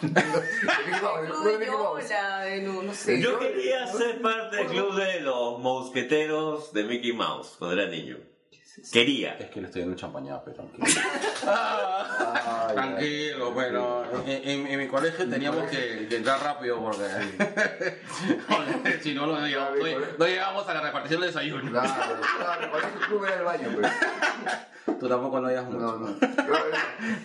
D: El Big Bang,
E: de
D: el club
E: club de
D: de Big Bang.
E: Yola, de no, no sé.
B: Yo quería ser parte del club de los mosqueteros de Mickey Mouse cuando era niño. Quería.
C: Es que le estoy dando champañada, pero aunque. Ah.
D: Ay,
C: Tranquilo, bueno, en, en- en mi colegio teníamos que, que entrar rápido porque, porque si no, no llegamos, no lleg- no llegábamos a la repartición del desayuno.
D: Claro, claro, parece que el club era el baño, pues.
C: Tú tampoco no llegas mucho.
D: No, no. Yo-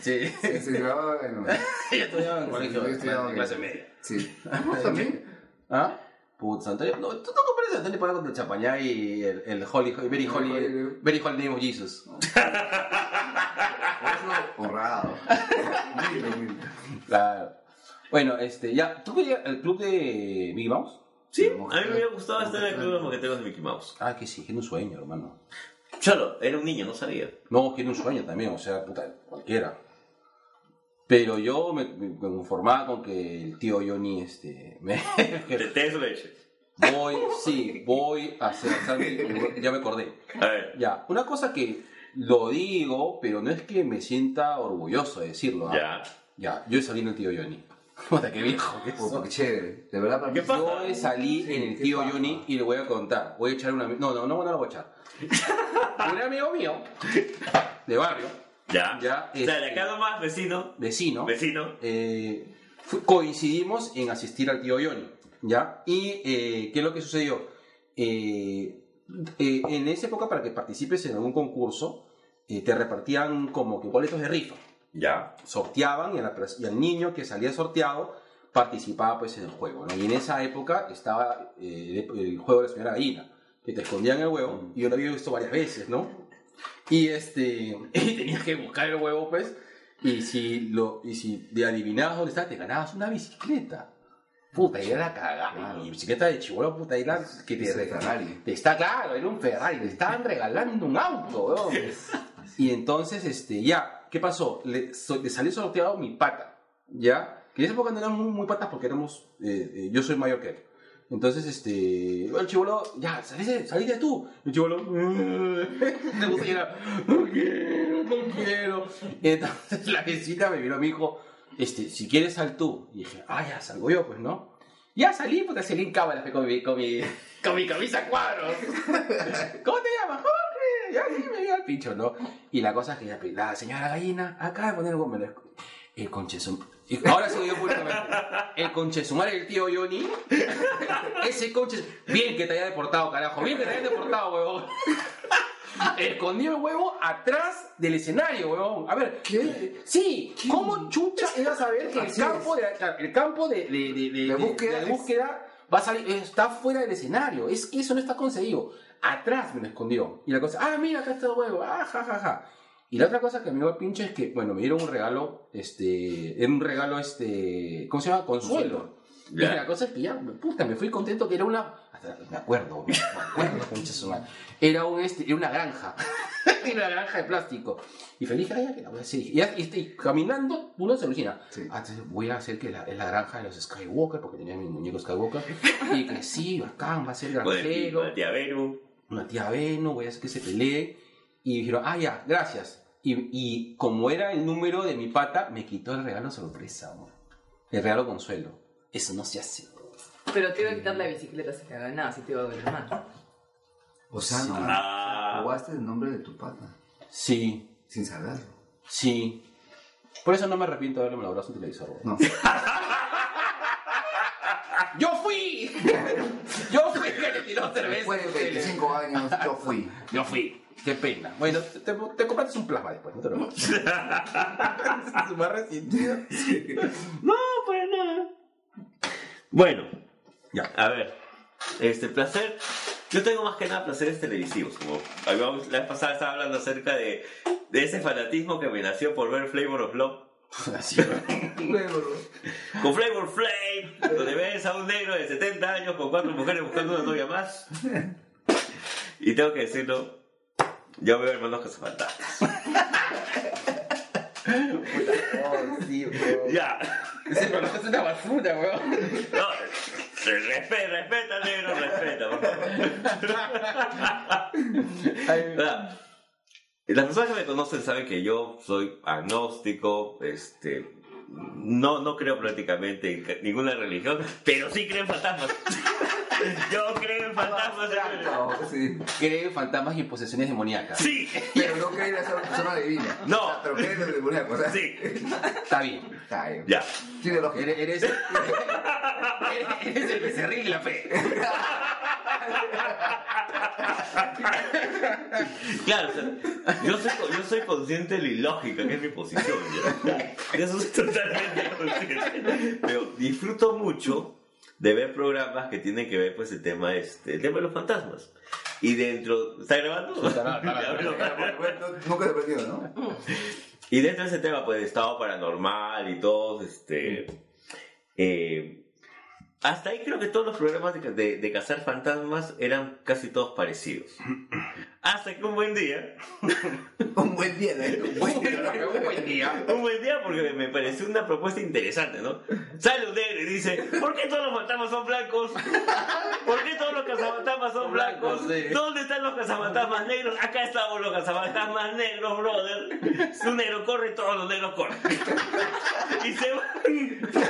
C: Sí,
D: Sí, sí, grababa, bueno.
C: yo estudiaba en el colegio
D: Yo
C: de
D: estudiaba
C: clase,
D: en-
C: clase media.
D: Sí. ¿Vos también?
C: ¿Ah? Putz, Antonio, no, tú no compares a Antonio Parada con el champañá y el, el Holy, el Very Holy, Very Holy Name of Jesus.
D: Eso, honrado. Humilde, humilde.
C: Claro. Bueno, este, ya, ¿tú querías el club de Mickey Mouse?
B: Sí, a mí me hubiera gustado estar en el club de los mosqueteros de Mickey Mouse.
C: Ah, que sí, que era un sueño, hermano.
B: Cholo, era un niño, no sabía.
C: No, que era un sueño también, o sea, puta, cualquiera. Pero yo me, me conformaba con que el tío Johnny, este, me,
B: Te te su leche.
C: voy, sí, voy a hacer, o sea, mi- mi- ya me acordé.
B: A ver.
C: Ya, una cosa que lo digo, pero no es que me sienta orgulloso de decirlo. ¿ah?
B: Ya.
C: Ya, yo salí en el tío Johnny. Puta, qué viejo que
D: Oh,
C: soy.
D: porque chévere. De verdad, para mí.
B: ¿Qué pasa?
C: Yo salí
D: Sí,
C: en el
D: qué
C: tío
D: paja.
C: Johnny y le voy a contar. Voy a echar una... No, no, no, no lo voy a echar. Un amigo mío, de barrio,
B: Ya.
C: Ya,
B: O sea, de
C: este-
B: acá nomás, vecino.
C: vecino,
B: Vecino.
C: eh, fu- coincidimos en asistir al tío Johnny, ¿ya? ¿Y eh, qué es lo que sucedió? Eh, eh, en esa época, para que participes en algún concurso, eh, te repartían como que boletos de rifa,
B: Ya.
C: sorteaban y, a la pers- y al niño que salía sorteado participaba pues en el juego, ¿no? Y en esa época estaba eh, el, el juego de la señora gallina, que te escondían el huevo, y yo lo había visto varias veces, ¿no? Y este, y tenías que buscar el huevo pues, y si lo, y si te adivinabas dónde estaba, te ganabas una bicicleta. Puta, y era la cagada, y bicicleta de chihuahua, puta, y la que te
D: Es el
C: regalaba.
D: Ferrari.
C: Te Está claro, era un Ferrari, le estaban regalando un auto, weón. Y entonces, este, ya, ¿qué pasó? Le, so- le salió sorteado mi pata, ¿ya? Que en esa época no éramos muy, muy patas porque éramos, eh, eh, yo soy mayor que él. Entonces, este, el chivolo, ya, saliste, saliste tú. El chivolo, me gusta llorar, no quiero, no quiero. Y entonces la vecina me miró y me dijo, este, si quieres sal tú. Y dije, ah, ya, salgo yo, pues, ¿no? Ya salí, puta, salí en cámara con mi, con mi, con mi camisa a cuadros. ¿Cómo te llamas, Jorge? Ya sí, me dio el pincho, ¿no? Y la cosa es que ya, pues, la señora gallina acaba de poner un me lo- El conchesum... y Ahora sí lo digo públicamente. El conchesumar del tío Johnny. Ese conches... Bien que te haya deportado, carajo. Bien que te haya deportado, huevón. Escondió el huevo atrás del escenario, huevón. A ver,
D: ¿Qué?
C: Sí, ¿cómo chucha ibas a ver que el
D: Así es.
C: campo, de, la- el campo de, de- de- de-
D: De búsqueda
C: de
D: es-
C: búsqueda va a salir, está fuera del escenario? Es que eso no está conseguido. Atrás me lo escondió. Y la cosa, ah, mira, acá está el huevo, ah, ja, ja, ja. Y la otra cosa que me dio el pinche es que, bueno, me dieron un regalo, este, era un regalo, este, ¿cómo se llama? Consuelo. Y la
B: Ya.
C: cosa es que ya, puta, me fui contento que era una. hasta Me acuerdo, me acuerdo, concha su madre. Era, un este, era una granja. Era una granja de plástico. Y feliz que era que la voy a hacer. Y, ya- y estoy caminando, uno se alucina.
D: Sí.
C: Ah, entonces voy a hacer que la, es la granja de los Skywalker, porque tenía mi muñeco Skywalker. Y que sí, bacán, va a ser
B: Con el
C: granjero
B: pico, tía Vero.
C: una tía Beno, voy a hacer que se pelee. Y dijeron, ah, ya, gracias. Y, y como era el número de mi pata, me quitó el regalo sorpresa, amor. El regalo consuelo. Eso no se hace.
E: Pero te iba a quitar la bicicleta si te ganabas y te iba a doler más.
D: O sea, no,
B: Ah.
D: jugaste el nombre de tu pata.
C: Sí,
D: Sin saberlo.
C: sí. Por eso no me arrepiento de haberme labrado su televisor. güey.
D: No.
C: Ah, ¡Yo fui! ¡Yo fui el que le tiró cerveza!
D: Después de 25 años, yo fui.
C: Yo fui. Qué pena. Bueno, te, te, te compraste un plasma después, no te lo Su más resentido.
B: No, para nada. Bueno,
C: Ya.
B: a ver. Este placer. Yo tengo más que nada placeres televisivos. Como habíamos- la vez pasada estaba hablando acerca de, de ese fanatismo que me nació por ver Flavor of Love.
C: Así, güey.
B: Con Flavor Flav, donde ves a un negro de 70 años con cuatro mujeres buscando una novia más. Y tengo que decirlo, yo veo hermanos que se faltan.
C: Oh, sí, güey.
B: Ya.
C: Ese programa es una basura, weón.
B: No, respeta, respeta, negro, respeta, por favor. Ah, Las personas que me conocen saben que yo soy agnóstico, este, no, no creo prácticamente en ca- ninguna religión, pero sí creo en fantasmas. yo creo en fantasmas. señores.
D: Abstracto, sí.
C: Cree en fantasmas y en posesiones demoníacas.
B: Sí,
D: Pero no creí en la persona divina.
B: No.
D: O sea, Pero creí en el tribunal. O sea,
B: sí,
C: Está bien.
D: Está bien.
B: ya.
D: Tiene lógica.
C: Eres, eres, eres el becerril de la fe.
B: Claro, o sea, yo, soy, co- yo soy consciente de lo ilógica que es mi posición. ¿ya? De eso soy totalmente consciente. Pero disfruto mucho de ver programas que tienen que ver pues el tema este, el tema de los fantasmas. Y dentro, ¿está grabando?
C: Está grabando, está grabando.
B: Ya, bueno.
D: Bueno, Nunca se perdió, ¿no?
B: Y dentro de ese tema pues de estado paranormal y todos este eh, hasta ahí creo que todos los programas de, de- de cazar fantasmas eran casi todos parecidos. Hasta que un buen día
D: Un buen día, ¿no? Un buen día.
C: Un buen día.
B: Un buen día porque me pareció una propuesta interesante, ¿no? Sale un negro y dice, ¿por qué todos los fantasmas son blancos? ¿Por qué todos los cazafantasmas son blancos?
C: Blancos, sí.
B: ¿Dónde están los cazafantasmas negros? Acá estamos los cazafantasmas negros, brother. Si un negro corre, todos los negros corren. Y se van.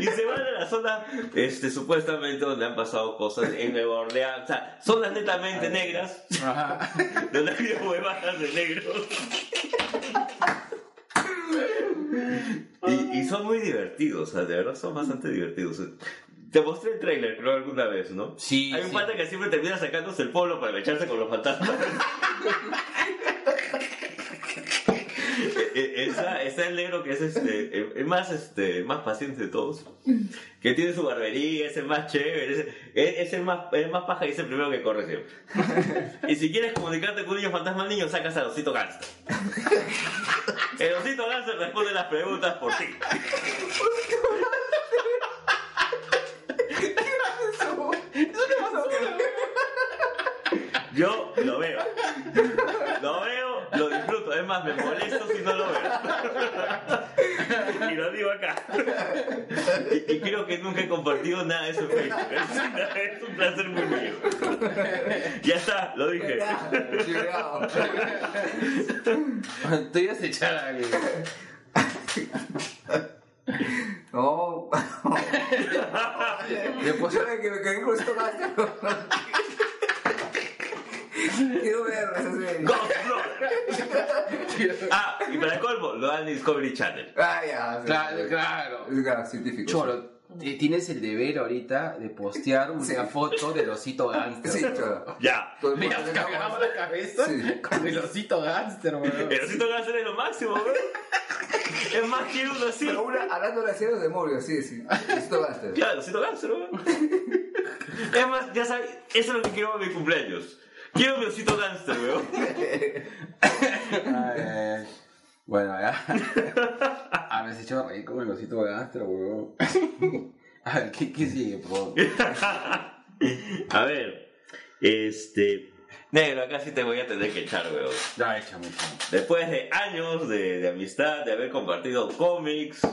B: Y se van a la zona, este, supuestamente donde han pasado cosas en Nueva Orleans, o sea, zonas netamente negras,
C: Ajá.
B: donde ha habido huevadas de negros. Y, y son muy divertidos, o sea, de verdad son bastante divertidos. Te mostré el trailer, creo, alguna vez, ¿no?
C: Sí,
B: Hay un
C: sí.
B: pata que siempre termina sacándose el polo para echarse con los fantasmas. E- e- está el negro que es este, el- el más, este, más paciente de todos. Que tiene su barbería, es el más chévere, es, es- es el, más, el más paja y es el primero que corre siempre. Y si quieres comunicarte con un niño fantasma al niño, sacas al osito Ganser. El osito Ganser responde las preguntas por ti. Yo lo veo. Lo veo, lo disfruto. Es más, me molesto si no lo veo. Y lo digo acá. Y, y creo que nunca he compartido nada de eso en Facebook. Es, una- es un placer muy mío. Ya está, lo dije.
D: Llegado.
C: Tú ibas a echar a alguien.
D: No.
C: Después-
D: Yo de que me caí con esto más. Quiero ver esa serie.
B: Ah, y para colmo, lo dan en Discovery Channel.
D: Ah, ya. sí.
C: Claro, claro.
D: Es claro, científico.
C: Cholo, t- tienes el deber ahorita de postear una
D: Sí.
C: foto del osito gánster.
D: Sí, cholo.
B: Ya.
D: Todo el
C: Me
D: mundo
C: has
D: le
C: cagado
D: cago.
C: la cabeza
D: Sí.
C: con el osito gánster, weón.
B: El osito Ganser es lo máximo, bro. Es más que uno así.
D: Pero una, hablando de cielos de Morio, sí, sí. Esto basta.
B: Claro, el osito Ganser, bro. Es más, ya sabes, eso es lo que quiero para mi cumpleaños. Quiero mi osito Ganser, bro.
C: Ay, ay, ay. Bueno, ya. A ver, se echó a reír con el osito gánster, weón. A ver, ¿qué, qué sigue, por favor?
B: A ver, este. Negro, acá sí te voy a tener que echar, weón.
C: Ya, échame, échame.
B: Después de años de, de amistad, de haber compartido cómics,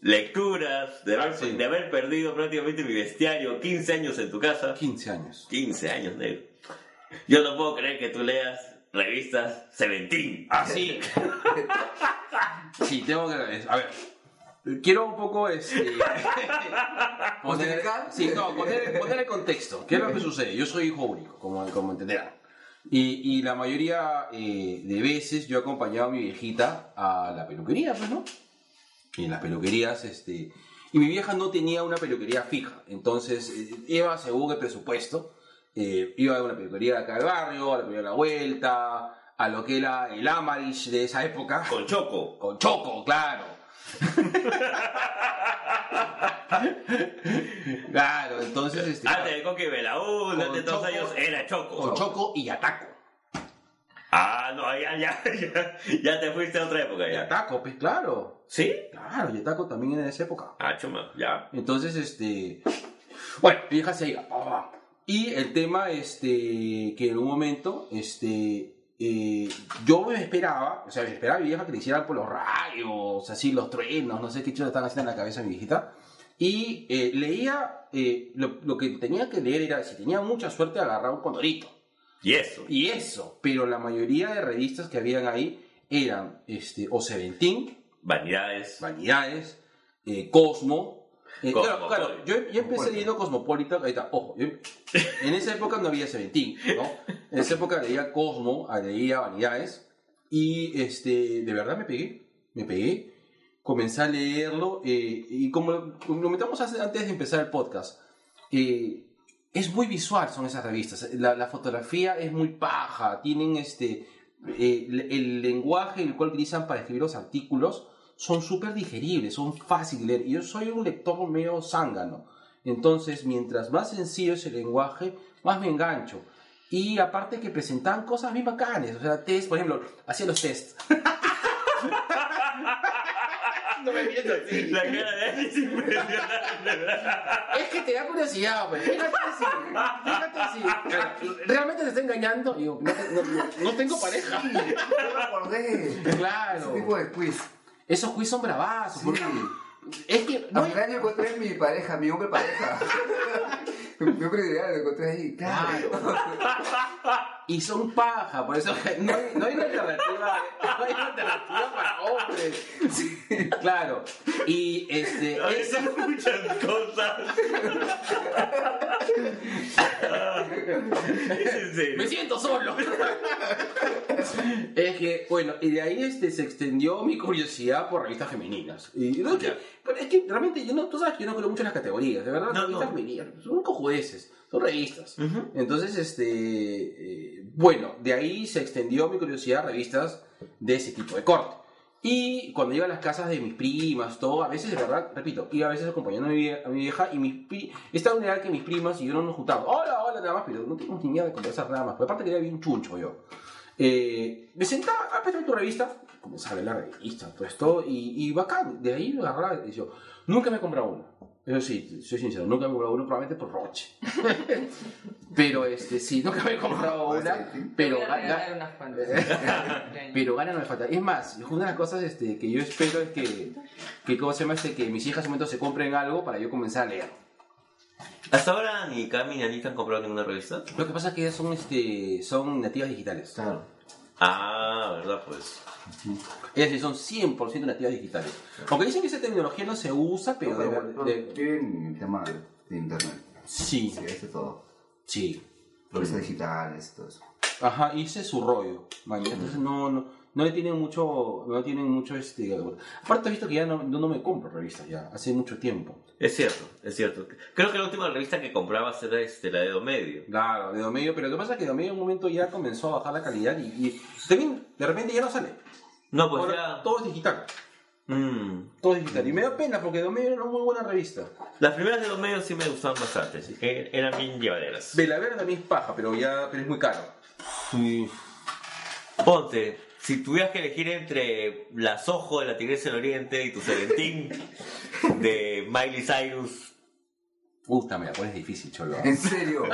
B: lecturas, de haber,
C: Ah, sí.
B: de haber perdido prácticamente mi bestiario, 15 años en tu casa.
C: 15 años.
B: 15 años, negro. Yo no puedo creer que tú leas revistas Seventeen.
C: Así. sí, tengo que agradecer. A ver. Quiero un poco este. poner,
D: ¿Justificar?
C: sí, no, poner, poner el contexto. ¿Qué es lo que sucede? Yo soy hijo único, como, como entenderán. Y, y la mayoría eh, de veces yo he acompañado a mi viejita a la peluquería, pues, ¿no? Y en las peluquerías, este. Y mi vieja no tenía una peluquería fija. Entonces, eh, iba según el presupuesto. Eh, iba a una peluquería de acá del barrio, a la peluquería de la vuelta, a lo que era el Amarish de esa época.
B: Con Choco.
C: Con Choco, claro. claro, entonces. Este,
B: Antes de Coque Belaú,
C: Con
B: antes de todos
C: Choco.
B: ellos, era Choco.
C: con Choco y Ataco.
B: Ah, no, ya, ya, ya, ya te fuiste a otra época,
C: Y
B: ya.
C: Ataco, pues claro.
B: ¿Sí?
C: Claro, y Ataco también en esa época.
B: Ah, chuma, ya.
C: Entonces, este. Bueno, mi hija se iba. pa, pa. Y el tema, este. Que en un momento, este. eh, yo me esperaba, o sea, me esperaba a mi vieja que le hicieran por los rayos, así, los truenos, no sé qué chulo están haciendo en la cabeza de mi viejita. Y eh, leía, eh, lo, lo que tenía que leer era, si tenía mucha suerte, agarraba un condorito.
B: Y eso.
C: Y eso, pero la mayoría de revistas que habían ahí eran, este, o Seventeen,
B: Vanidades.
C: Vanidades, eh, Cosmo. Eh, claro,
B: Cosmo.
C: claro, yo, yo empecé leyendo Cosmopolitan, ahí está, ojo, yo- en esa época no había Seventeen, ¿no? En esa época leía Cosmo, ah, leía Vanidades, y este, de verdad me pegué, me pegué, comencé a leerlo, eh, y como lo comentamos hace- antes de empezar el podcast, eh, es muy visual son esas revistas, la, la fotografía es muy paja, tienen este, eh, el, el lenguaje el cual utilizan para escribir los artículos, son súper digeribles, son fáciles de leer. Y yo soy un lector medio zángano. Entonces, mientras más sencillo es el lenguaje, más me engancho. Y aparte que presentaban cosas bien bacanes. O sea, test, por ejemplo, hacía los test. no me mientas así.
B: La cara de él es impresionante, ¿verdad?
C: Es que te da curiosidad, pues. Fíjate si, fíjate si realmente te está engañando. Y Digo, no, te- no- no tengo pareja.
D: Yo me acordé. Ese
C: Claro.
D: tipo de quiz.
C: Esos quiz son bravazos.
D: Sí.
C: porque- Es que
D: A
C: no,
D: mi año encontré mi pareja, mi hombre pareja. mi hombre ideal lo encontré ahí. Claro.
C: Y son paja, por eso que no hay, no hay una alternativa, no hay una alternativa para hombres. Claro. Y este
B: A
C: eso-
B: veces muchas cosas. es en
C: me
B: serio.
C: siento solo. es que, bueno, y de ahí este, se extendió mi curiosidad por revistas femeninas. Y
B: Ah,
C: no es que, pero es que realmente yo no, tú sabes que yo no creo mucho en las categorías, de verdad,
B: No,
C: las revistas
B: no.
C: femeninas, son cojudeces, son revistas.
B: Ujú.
C: Entonces, este, eh, bueno, de ahí se extendió mi curiosidad a revistas de ese tipo de corte. Y cuando iba a las casas de mis primas, todo, a veces, de verdad, repito, iba a veces acompañando a mi vie- a mi vieja, y mis pri estaba en una edad que mis primas y yo no nos juntábamos. Hola, hola, nada más, pero no teníamos ni mierda de conversar nada más. Porque aparte que era bien chuncho yo. Eh, me sentaba, ah, préstame tu revista, comenzaba a leer la revista, todo esto, y, y bacán, de ahí lo agarraba y yo, nunca me he comprado uno. Eso sí, soy sincero, nunca me he comprado uno, probablemente por roche. pero este, sí, nunca me he comprado
D: Pues,
C: una,
D: sí.
C: pero...
E: Voy a
C: ga- ga-
E: regalar unas cuantas.
C: pero ganas no me falta. Es más, una de las cosas este, que yo espero es que, que ¿cómo se llama? Este, que mis hijas en un momento se compren algo para yo comenzar a leer.
B: Hasta ahora ni Cami ni Anita han comprado ninguna revista.
C: Lo que pasa es que ellas son, este, son nativas digitales.
D: Claro.
B: Ah, verdad, pues.
C: Ellas sí son 100% nativas digitales. Aunque dicen que esa tecnología no se usa, pero de-
D: No,
C: de-
D: Tienen el tema de de internet.
C: sí,
D: Sí, eso es todo.
C: sí.
D: Empresas digitales y todo eso.
C: Ajá, y ese es su rollo. man. Entonces no, no, no le tienen mucho, no le tienen mucho este. Aparte he visto que ya no, no, no me compro revistas ya, hace mucho tiempo.
B: Es cierto, es cierto. Creo que la última revista que comprabas era este, la de Do Medio.
C: Claro, de Domedio, pero lo que pasa es que Domedio en un momento ya comenzó a bajar la calidad y, y también de repente ya no sale.
B: No, pues
C: Ahora
B: ya.
C: todo es digital,
B: Mm.
C: todo es digital. Y me da pena porque Domedio era una muy buena revista.
B: Las primeras de Do Medio sí me gustaban bastante, así que eran bien llevaderas.
C: Velavera también es paja, pero ya pero es muy caro. Sí.
B: Ponte, si tuvieras que elegir entre Las Ojos de la Tigresa del Oriente y tu Seventeen de Miley Cyrus,
C: Puta, me la pones difícil, cholo.
D: En serio.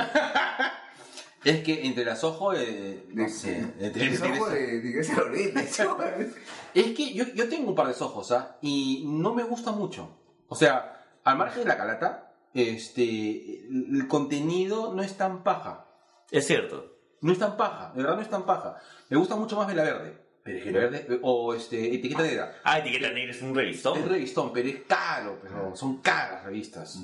C: Es que entre las ojos de...
D: De-
C: No sé, de- de-
D: El ojo de Tigresa del Oriente, chaval.
C: Es que yo, yo tengo un par de ojos, ¿ah? Y no me gusta mucho. O sea, al margen de la calata, este, el el contenido no es tan paja.
B: es cierto.
C: No es tan paja, de verdad no es tan paja. Me gusta mucho más Vela Verde. Pero es que Vela Verde, o este, Etiqueta Negra.
B: Ah, Etiqueta Negra es un
C: Es
B: revistón.
C: revistón, pero es caro, pero son caras revistas.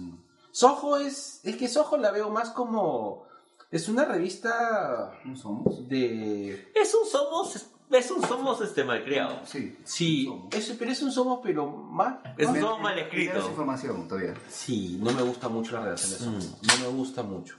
C: Soho es, es que Soho la veo más como, es una revista
D: ¿Cómo somos?
C: de...
B: Es un Somos, es un Somos este malcriado.
D: Sí.
C: Sí,
D: Somos.
C: es, pero es un somos, pero más...
B: Es
C: más-
B: un somos mal
D: Menos
B: escrito.
D: información todavía.
C: Sí, no me gusta mucho la relación de Soho. No me gusta mucho.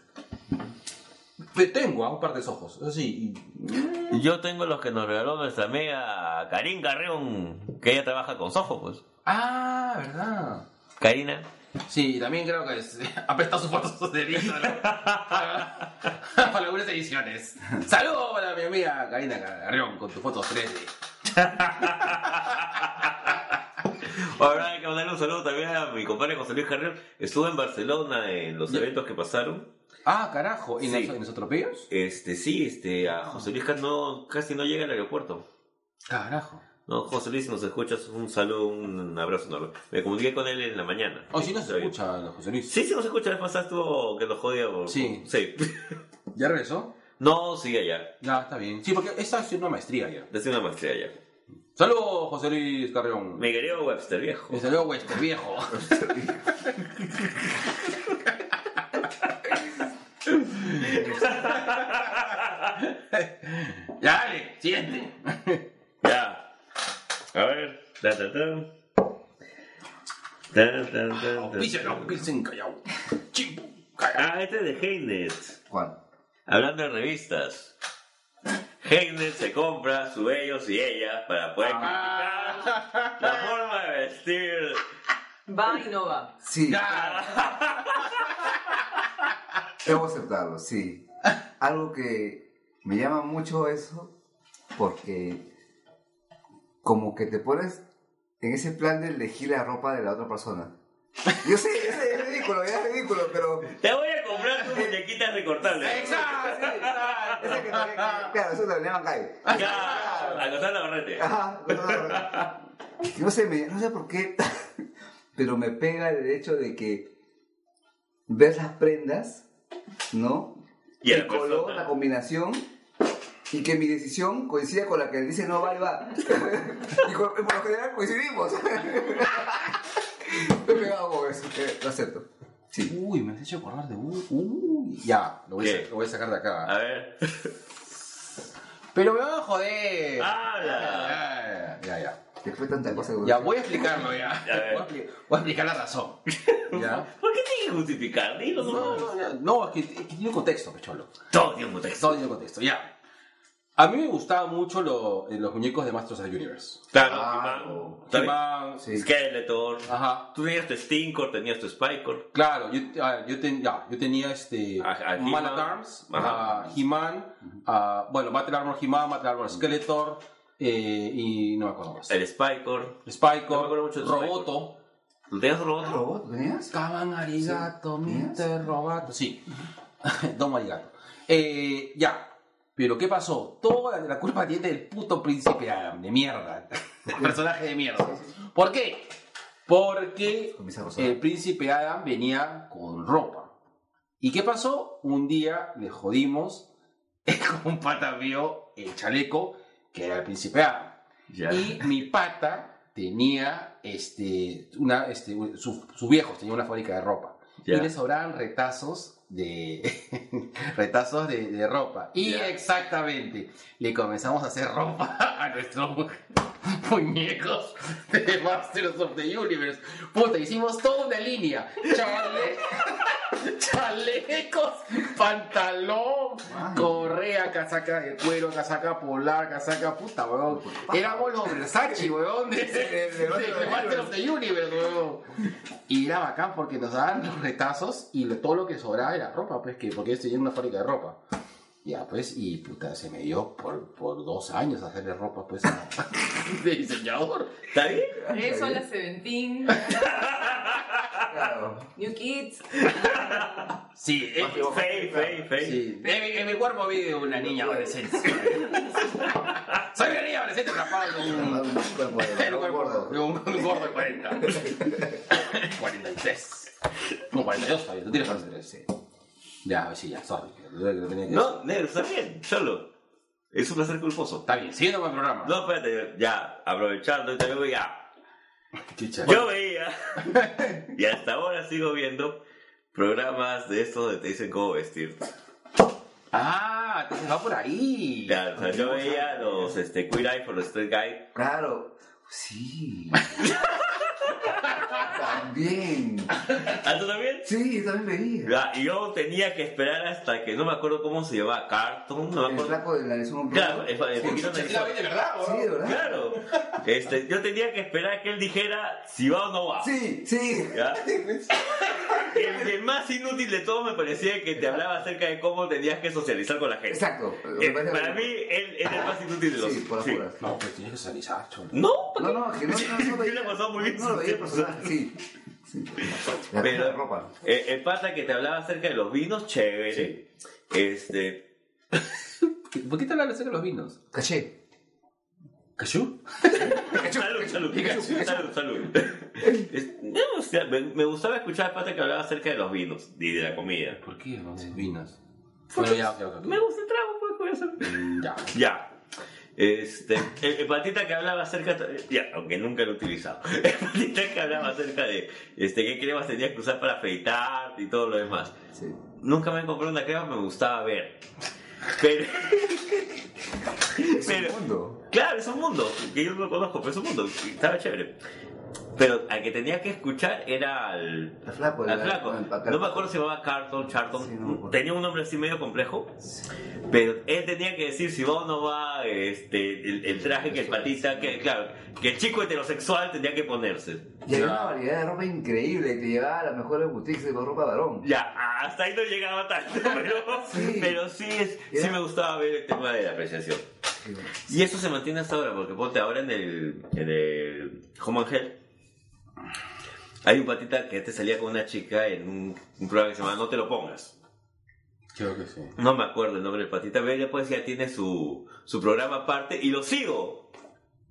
C: Pero tengo a un par de ojos, eso sí. y- mm,
B: Yo tengo los que nos regaló nuestra amiga Karin Carrión, que ella trabaja con Soho, pues.
C: Ah, ¿verdad?
B: Karina,
C: Sí, también creo que es, ha prestado sus fotos de listo para, para algunas ediciones. Saludos para mi amiga Karina Carrión con tus fotos 3D.
B: Ahora hay que mandarle un saludo también a mi compadre José Luis Carrión. Estuvo en Barcelona en los
C: Ya.
B: eventos que pasaron.
C: Ah, carajo, ¿y
B: Sí.
C: nos- nos atropellos?
B: Este, sí, este, a José Luis ca- no- casi no llega al aeropuerto.
C: Carajo.
B: No, José Luis, si nos escuchas, un saludo, un abrazo enorme. Me comuniqué con él en la mañana.
C: O si no se
B: Está bien.
C: Oh, escucha, los José Luis.
B: Sí, sí, nos escucha. La vez pasada estuvo que nos jodía. por-
C: Sí.
B: Sí.
C: ¿Ya regresó?
B: No, sigue allá.
C: Ya, está bien. Sí, porque esa es una maestría ya.
B: Decía una maestría allá.
C: Saludos, José Luis Carrión.
B: Me querido Webster, viejo.
C: Me salió Wester, viejo. ya, dale, siguiente.
B: Ya. A ver. Ta, ta, ta. Ta, ta, ta,
C: Ah,
B: ta.
C: Auspícialo, auspicia en Callao. Chimbo, Callao.
B: Ah, este es de Heynet.
D: ¿Cuál?
B: Hablando de revistas. Heynet se compra su ellos y ellas para poder
C: Ah,
B: criticar la forma de vestir.
E: Va y no va.
D: Sí,
C: Ya.
D: debo aceptarlo, sí. Algo que me llama mucho eso, porque como que te pones en ese plan de elegir la ropa de la otra persona. Yo sé, yo sé, es ridículo, ya es ridículo, pero...
B: Te voy a comprar tus muñequitas recortables.
D: Exacto, sí, esa que también- Claro, eso también me cae.
B: Ya. Acostar la barrete.
D: Ajá, no, no, no. No sé, me- no sé por qué, pero me pega el hecho de que ves las prendas, ¿no?
B: Y a
D: el
B: la
D: color,
B: persona.
D: la combinación, y que mi decisión coincida con la que él dice no va y va. y con- por lo general coincidimos. me he pegado con eso, eh, lo acepto. Sí.
C: Uy, me has hecho acordar de uy. uy. Ya, lo voy, a,
B: ¿Qué? Ah.
C: sa- lo voy a sacar de acá.
B: A ver.
C: Pero me van a joder.
B: Ah. ¡Habla!
C: Ya, ya, ya.
D: Después de tanta cosa que
C: Ya, voy a explicarlo ya.
B: Ya, ya.
C: Voy a, expli- voy a explicar la razón. ¿Ya?
B: ¿Por qué tienes que justificar? Dilo
C: No,
B: nomás.
C: no, no, no, es que, es que tiene un contexto, pecholo.
B: Todo tiene un contexto.
C: Todo tiene un contexto, ya. A mí me gustaban mucho lo- eh, los muñecos de Masters of the Universe.
B: Claro,
D: Ah,
B: He-Man,
D: no.
B: ¿sabes?
C: He-Man,
D: Sí.
B: Skeletor.
C: Ajá.
B: Tú tenías tu Stinkor, tenías tu Spycor.
C: Claro, yo, a ver, yo, ten- ya, yo tenía este
B: A- a He-Man.
C: Man at Arms,
B: Ajá.
C: a He-Man, a- bueno, Battle Armor He-Man, Battle Armor Skeletor, eh, y no me acuerdo más.
B: El Spycor.
C: Spyco,
B: No me acuerdo mucho de
C: Roboto,
B: ¿Tú tenías
D: ¿Un
B: robot?
D: robot tenías?
C: Caban Arigato,
D: Sí.
C: Mr. Roboto. Pues Sí, Don Arigato. Eh, ya, pero ¿qué pasó? Toda la, la culpa tiene del puto príncipe Adam, de mierda. El personaje de mierda. ¿Por qué? Porque
D: Comienza a rozar.
C: el príncipe Adam venía con ropa. ¿Y qué pasó? Un día le jodimos con un pata vio el chaleco que era el príncipe Adam.
B: Ya.
C: Y mi pata tenía este, una, este, sus sus viejos tenían una fábrica de ropa.
B: Ya.
C: Y le sobraban retazos de retazos de, de ropa. Y
B: Ya.
C: exactamente, le comenzamos a hacer ropa a nuestros mu- muñecos de Masters of the Universe. Puta, hicimos toda una línea. Chale- chalecos, pantalón, correa, casaca de cuero, casaca polar, casaca puta, weón. Éramos los Versace, weón, de, de- de Masters of the Universe, weón. Y era bacán porque nos daban los retazos y lo- todo lo que sobraba era ropa, pues, que porque yo estoy en una fábrica de ropa. Ya, pues, y puta, se me dio por, por dos años hacerle ropa, pues, a- de diseñador.
B: ¿Está bien?
E: Eso, la Seventeen,
D: Claro.
E: New Kids.
C: Sí, eh,
B: Fey, fey, fey.
C: sí. En, mi- en mi cuerpo vive una niña adolescente. Soy una niña adolescente atrapada con un,
D: Un cuerpo de-
C: en un cuerpo gordo. de Un, un gordo de 40. 43. No, 42 todavía, tú tienes 43, sí. Ya, sí, ya, sorry. lo tenía que decir.
B: No, negro, está bien, solo. Es un placer culposo.
C: Está bien, siguiendo con el programa.
B: No, espérate, ya, aprovechando, te veo ya.
C: Chicha.
B: Yo veía, y hasta ahora sigo viendo, programas de estos donde te dicen cómo vestirte.
C: Ah, entonces va por ahí.
B: Ya, o sea, yo veía los este, Queer Eye for the Straight Guy.
D: Claro. Sí. también.
B: ¿Ah, tú también?
D: Sí, también veía.
B: Ya, y yo tenía que esperar hasta que no me acuerdo cómo se llamaba, Cartoon, no me
D: El
B: acuerdo.
D: flaco de la lesión.
B: Claro, eh, el, el poquito
C: Sí, la vi de
B: narizón.
C: verdad,
D: Sí,
C: weón.
D: de ¿verdad?
B: Claro, este, yo tenía que esperar que él dijera si va o no va.
D: Sí, sí.
B: ¿Ya? El, el más inútil de todos me parecía que te hablaba acerca de cómo tenías que socializar con la gente.
D: Exacto.
B: Eh, para mí, él era el más inútil de los.
D: Sí, por las
B: sí.
D: puras.
C: No, pues tienes que socializar, cholo.
B: No,
D: No, no, que no, no, no
B: Yo
D: veía.
B: la pasaba muy bien.
D: No lo veía el personaje, sí. sí. La
B: Pero-
D: la ropa.
B: eh, el pata que te hablaba acerca de los vinos, chévere. Este.
C: ¿Qué- ¿Por qué te hablas acerca de los vinos?
D: Caché.
C: ¿Cachú?
B: Salud, salud, salud, salud. Es- no, o sea, me, me gustaba escuchar al pata que hablaba acerca de los vinos y de la comida.
C: ¿Por qué no? vinos? Bueno, ya, ok, ok.
B: Me gusta el trago, pues, voy a hacer.
C: Mm, Ya.
B: Ya. Este, el, el patita que hablaba acerca, ya, aunque nunca lo he utilizado, el patita que hablaba acerca de este, qué cremas tenías que usar para afeitar y todo lo demás.
D: Sí.
B: Nunca me comprado una crema, me gustaba ver. Pero,
D: Es
B: Pero-
D: un mundo.
B: claro, es un mundo, que yo no lo conozco, pero es un mundo, y estaba chévere. Pero al que tenía que escuchar era al,
D: El flaco.
B: al
D: Pues, la-
B: flaco.
D: el pacal.
B: No me acuerdo si se llamaba Carlton, Charlton,
D: Sí, no me acuerdo.
B: tenía un nombre así medio complejo. Pero él tenía que decir si va o no va este, el, el traje que el patita, que, claro, que el chico heterosexual tenía que ponerse.
D: Y
C: Ya.
D: había una variedad de ropa increíble. Te llevaba a las mejores boutiques de ropa varón.
B: Ya, hasta ahí no llegaba tanto, pero
D: Sí.
B: sí, pero sí, es, sí me gustaba ver el tema de la apreciación. Y eso se mantiene hasta ahora, porque ponte ahora en el, en el Home and Health, Hay un patita que te salía con una chica en un, un programa que se llama No te lo pongas.
C: Creo que sí.
B: No me acuerdo el nombre del patita, pero ella pues ya tiene su, su programa aparte y lo sigo.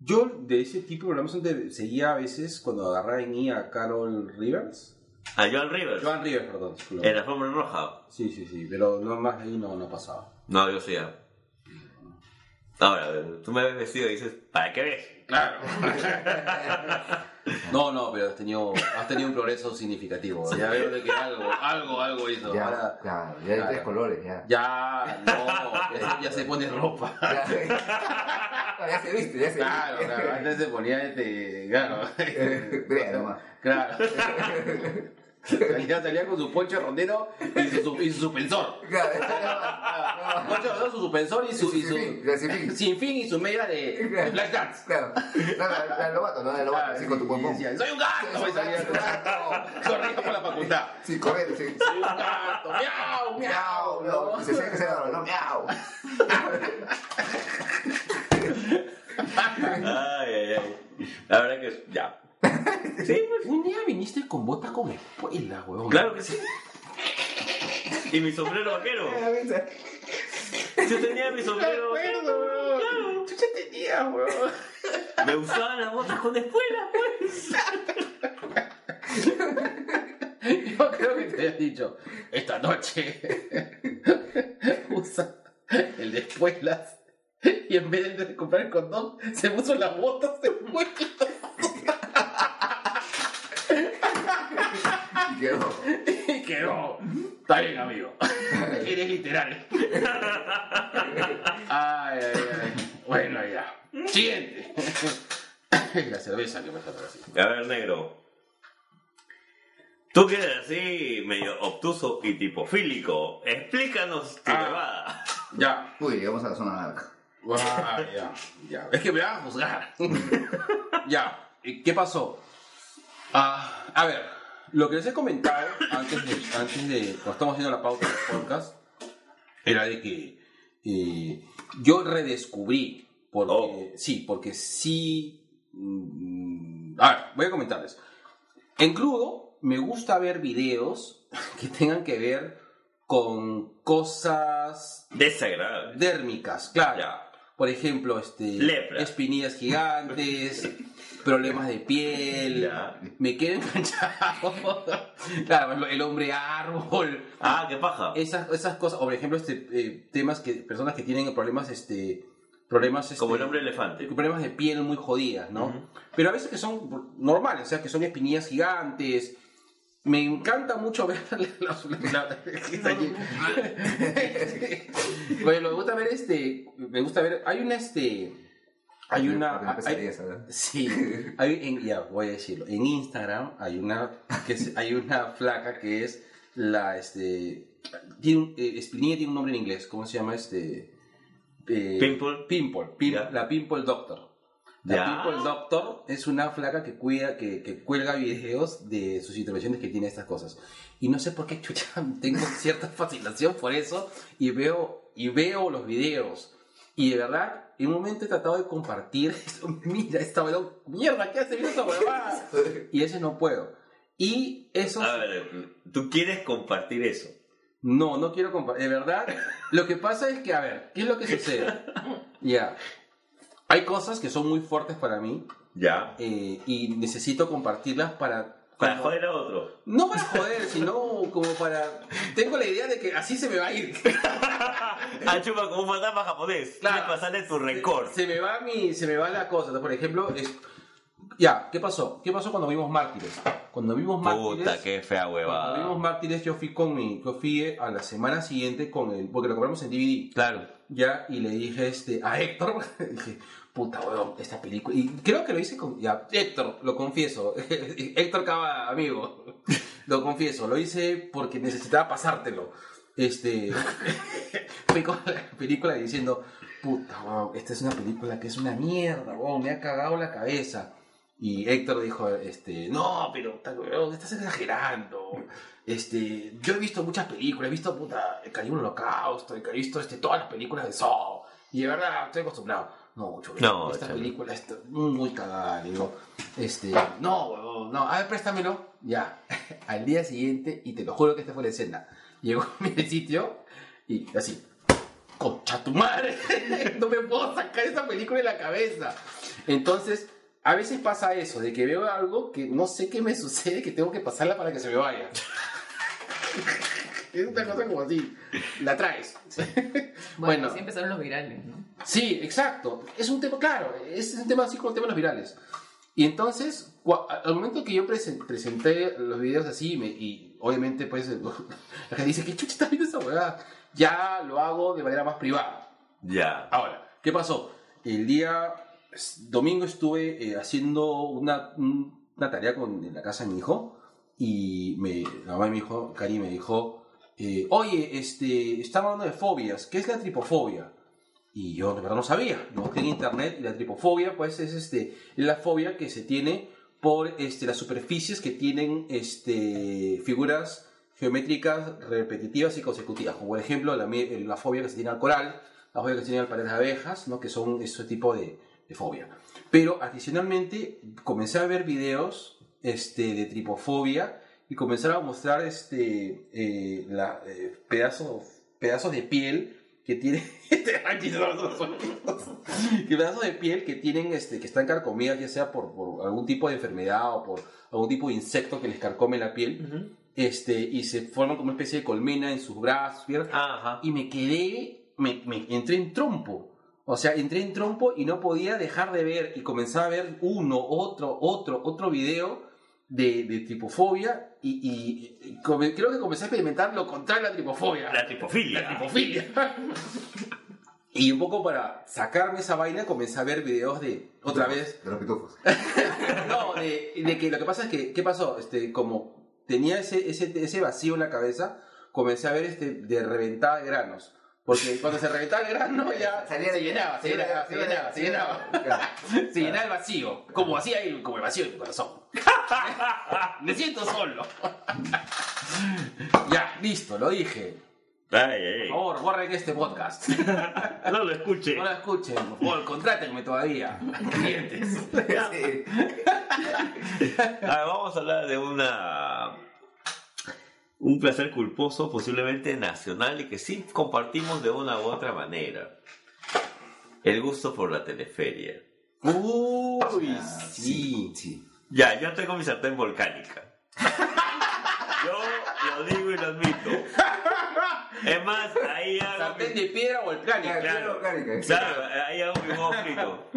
C: Yo de ese tipo de programas donde seguía a veces cuando agarraba en I a Carol Rivers.
B: A Joan Rivers.
C: Joan Rivers, perdón. disculpa.
B: En la forma roja.
C: Sí, sí, sí, pero no más de ahí no, no pasaba.
B: No, yo soy ya. Ahora, tú me ves vestido y dices, ¿para qué ves?
C: Claro. no, no, pero has tenido, has tenido un progreso significativo. Ya veo de que algo, algo, algo hizo.
D: Ya,
C: Ahora-
D: claro, ya hay
C: Claro.
D: tres colores, ya.
C: Ya, no, ya, ya se pone ropa.
D: Ya, ya se viste, ya se
C: Claro,
D: viste.
C: claro, antes se ponía este, claro.
D: Vea nomás.
C: Claro. Salía, salía con su poncho rondero y su, su- y su suspensor.
D: Claro,
C: Poncho rondero, su suspensor y su. y su-
D: Sin fin,
C: sin fin y su media de, de flash dance.
D: claro. Claro, la- la lobato, ¿no? La lobato, así con tu
C: Y
D: pompón.
C: decía, Soy un gato. Y salía corriendo por la facultad.
D: Sí, correcto, sí.
C: Soy un gato. Miau, miau.
D: Miau, no.
C: ¿no?
D: Y Se siente que se va, no, miau.
B: Ay, ay, ay. La verdad que es- ya. Sí, pues.
C: Un día viniste con botas con espuela, huevón.
B: Claro que sí. Y mi sombrero vaquero. Yo tenía mi
C: No me
B: sombrero vaquero.
C: acuerdo,
B: Claro.
C: huevón. Chucha tenía, huevón.
B: Me usaban las botas con espuela, pues.
C: Yo creo que te había dicho, esta noche usa el de espuelas y en vez de comprar el condón, se puso las botas de espuelas.
D: Y quedó.
C: Y quedó. Está bien, amigo. Eres literal. Ay, ay, ay. Bueno, ya. Siguiente. La cerveza que me está así.
B: A ver, negro. Tú que eres así, medio obtuso y tipofílico, explícanos tu
C: Ah.
B: nevada.
C: Ya.
D: Uy, llegamos a la zona naranja.
C: Ah, ya, ya. Es que me van a juzgar. ya. ¿Y ¿Qué pasó? Ah, a ver, lo que les he comentado antes de, antes de cuando estamos haciendo la pauta del podcast era de que eh, yo redescubrí porque
B: Oh.
C: sí, porque sí. mm, a ver, voy a comentarles. En crudo me gusta ver videos que tengan que ver con cosas
B: Desagradable.
C: dérmicas, claro.
B: Ya.
C: Por ejemplo, este,
B: Lepra.
C: espinillas gigantes, problemas de piel.
B: Ya.
C: Me quedo enganchado. claro, el- el hombre árbol.
B: Ah, qué paja.
C: Esas, esas cosas, o por ejemplo, este, eh, temas que personas que tienen problemas, este, problemas, este,
B: Como el hombre elefante.
C: problemas de piel muy jodidas, ¿no?
B: Ujú.
C: Pero a veces que son normales, o sea, que son espinillas gigantes. Me encanta mucho ver las... Bueno, me gusta ver este... Me gusta ver... Hay una este... Hay una... hay-
D: pesadilla, ¿verdad?
C: sí, hay, en- ya voy a decirlo. En Instagram hay una, que es- hay una flaca que es la... Este, tiene un, eh, espinilla tiene un nombre en inglés. ¿Cómo se llama este? Eh,
B: Pimple.
C: Pimple, Pim-
B: Ya.
C: la Pimple Doctor. La
B: Ya.
C: Pimple Doctor es una flaca que cuida, que, que cuelga videos de sus intervenciones que tiene estas cosas. Y no sé por qué, chucha, tengo cierta fascinación por eso y veo, y veo los videos. Y de verdad, en un momento he tratado de compartir esto. Mira, esta huevada, mierda, ¿qué hace? Mira esta huevada. Y eso no puedo. Y eso...
B: A ver, tú quieres compartir eso.
C: No, no quiero compartir. De verdad, lo que pasa es que, a ver, ¿qué es lo que sucede? Ya. Hay cosas que son muy fuertes para mí
B: Ya.
C: eh, y necesito compartirlas para.
B: Para
C: como-
B: joder a otro.
C: No para joder, sino como para. Tengo la idea de que así se me va a ir.
B: Ah, chupa como un fantasma japonés.
C: Claro.
B: Quieres pasarle tu récord.
C: Se me va mi, se me va la cosa. Por ejemplo, es- ya, ¿qué pasó? ¿Qué pasó cuando vimos Mártires? Cuando vimos Mártires.
B: Puta, qué fea
C: Cuando vimos
B: huevada.
C: Mártires, yo fui con mi, yo fui eh, a la semana siguiente con el, porque lo compramos en DVD.
B: Claro.
C: Ya, y le dije este, a Héctor, dije, puta weón, esta película. Y creo que lo hice con. Ya, Héctor, lo confieso. Héctor Cava, amigo. Lo confieso, lo hice porque necesitaba pasártelo. Este. Fui con la película diciendo, puta weón, esta es una película que es una mierda, weón, me ha cagado la cabeza. Y Héctor dijo, este, no, pero puta, weón, estás exagerando. Este, yo he visto muchas películas, he visto puta, el Cañón Holocausto, he visto este, todas las películas de Saw. Y de verdad, estoy acostumbrado. No, chulo,
B: No,
C: esta
B: chulo.
C: película está muy cagada, le digo. Este, no, huevón, no, a ver, préstamelo. Ya, al día siguiente, y te lo juro que esta fue la escena. Llegó a mi sitio y así, concha tu madre, no me puedo sacar esa película de la cabeza. Entonces, a veces pasa eso, de que veo algo que no sé qué me sucede, que tengo que pasarla para que se me vaya. es una cosa como así, la traes.
E: Bueno,
C: Bueno.
E: así empezaron los virales, ¿no?
C: Sí, exacto. Es un tema, claro, es un tema así como el tema de los virales. Y entonces, cua- al momento que yo presen- presenté los videos así, me- y obviamente, pues, la gente dice, ¿qué chucha estás viendo esa huevada? Ya lo hago de manera más privada.
B: Ya.
C: Ahora, ¿qué pasó? El día s- domingo estuve eh, haciendo una, un- una tarea con, en la casa de mi hijo y me, la mamá de mi hijo, Cari, me dijo, eh, oye, este, estamos hablando de fobias, ¿qué es la tripofobia? Y yo de verdad no sabía, lo busqué en internet y la tripofobia pues es este, la fobia que se tiene por este, las superficies que tienen este, figuras geométricas repetitivas y consecutivas, como por ejemplo la, mi- eh, la fobia que se tiene al coral, la fobia que se tiene al pared de abejas, ¿no? que son ese tipo de, de fobia. Pero adicionalmente comencé a ver videos este, de tripofobia y comenzaron a mostrar este, eh, la, eh, pedazos, pedazos de piel que tienen este, Ay, mis ojos, ojos. Que pedazos de piel que tienen este, que están carcomidas ya sea por, por algún tipo de enfermedad o por algún tipo de insecto que les carcome la piel este, y se forman como una especie de colmena en sus brazos piernas
B: Ajá.
C: y me quedé, me, me entré en trompo. O sea, entré en trompo y no podía dejar de ver y comenzaba a ver uno, otro, otro, otro video de, de tripofobia y, y- y come- creo que comencé a experimentar lo contrario a la tripofobia.
B: La tripofilia.
C: La tripofilia. y un poco para sacarme esa vaina comencé a ver videos de, otra vez,
D: De los pitufos.
C: no, de, de que lo que pasa es que, ¿qué pasó? Este, como tenía ese, ese, ese vacío en la cabeza, comencé a ver este de reventar granos. Porque cuando se reventaba el grano ya se llenaba, se llenaba, se llenaba, se llenaba. Se llenaba el vacío, como hacía él, como el vacío en mi corazón. Me siento solo. ya, listo, lo dije.
B: Ay,
C: Por
B: ay,
C: favor, borren este podcast.
B: ay. No lo escuche.
C: No lo escuchen, por favor, contrátenme todavía. Clientes.
D: Sí.
B: Ah, vamos a hablar de una. Un placer culposo, posiblemente nacional, y que sí compartimos de una u otra manera. El gusto por la teleferia.
C: Uy,
D: Sí,
C: sí.
D: sí.
B: Ya, yo tengo mi sartén volcánica. Yo lo digo y lo admito. Es más, ahí hago.
C: Sartén
B: mi-
C: de piedra volcánica.
B: Claro,
D: Volcánica.
B: claro, ahí hago mi huevo frito.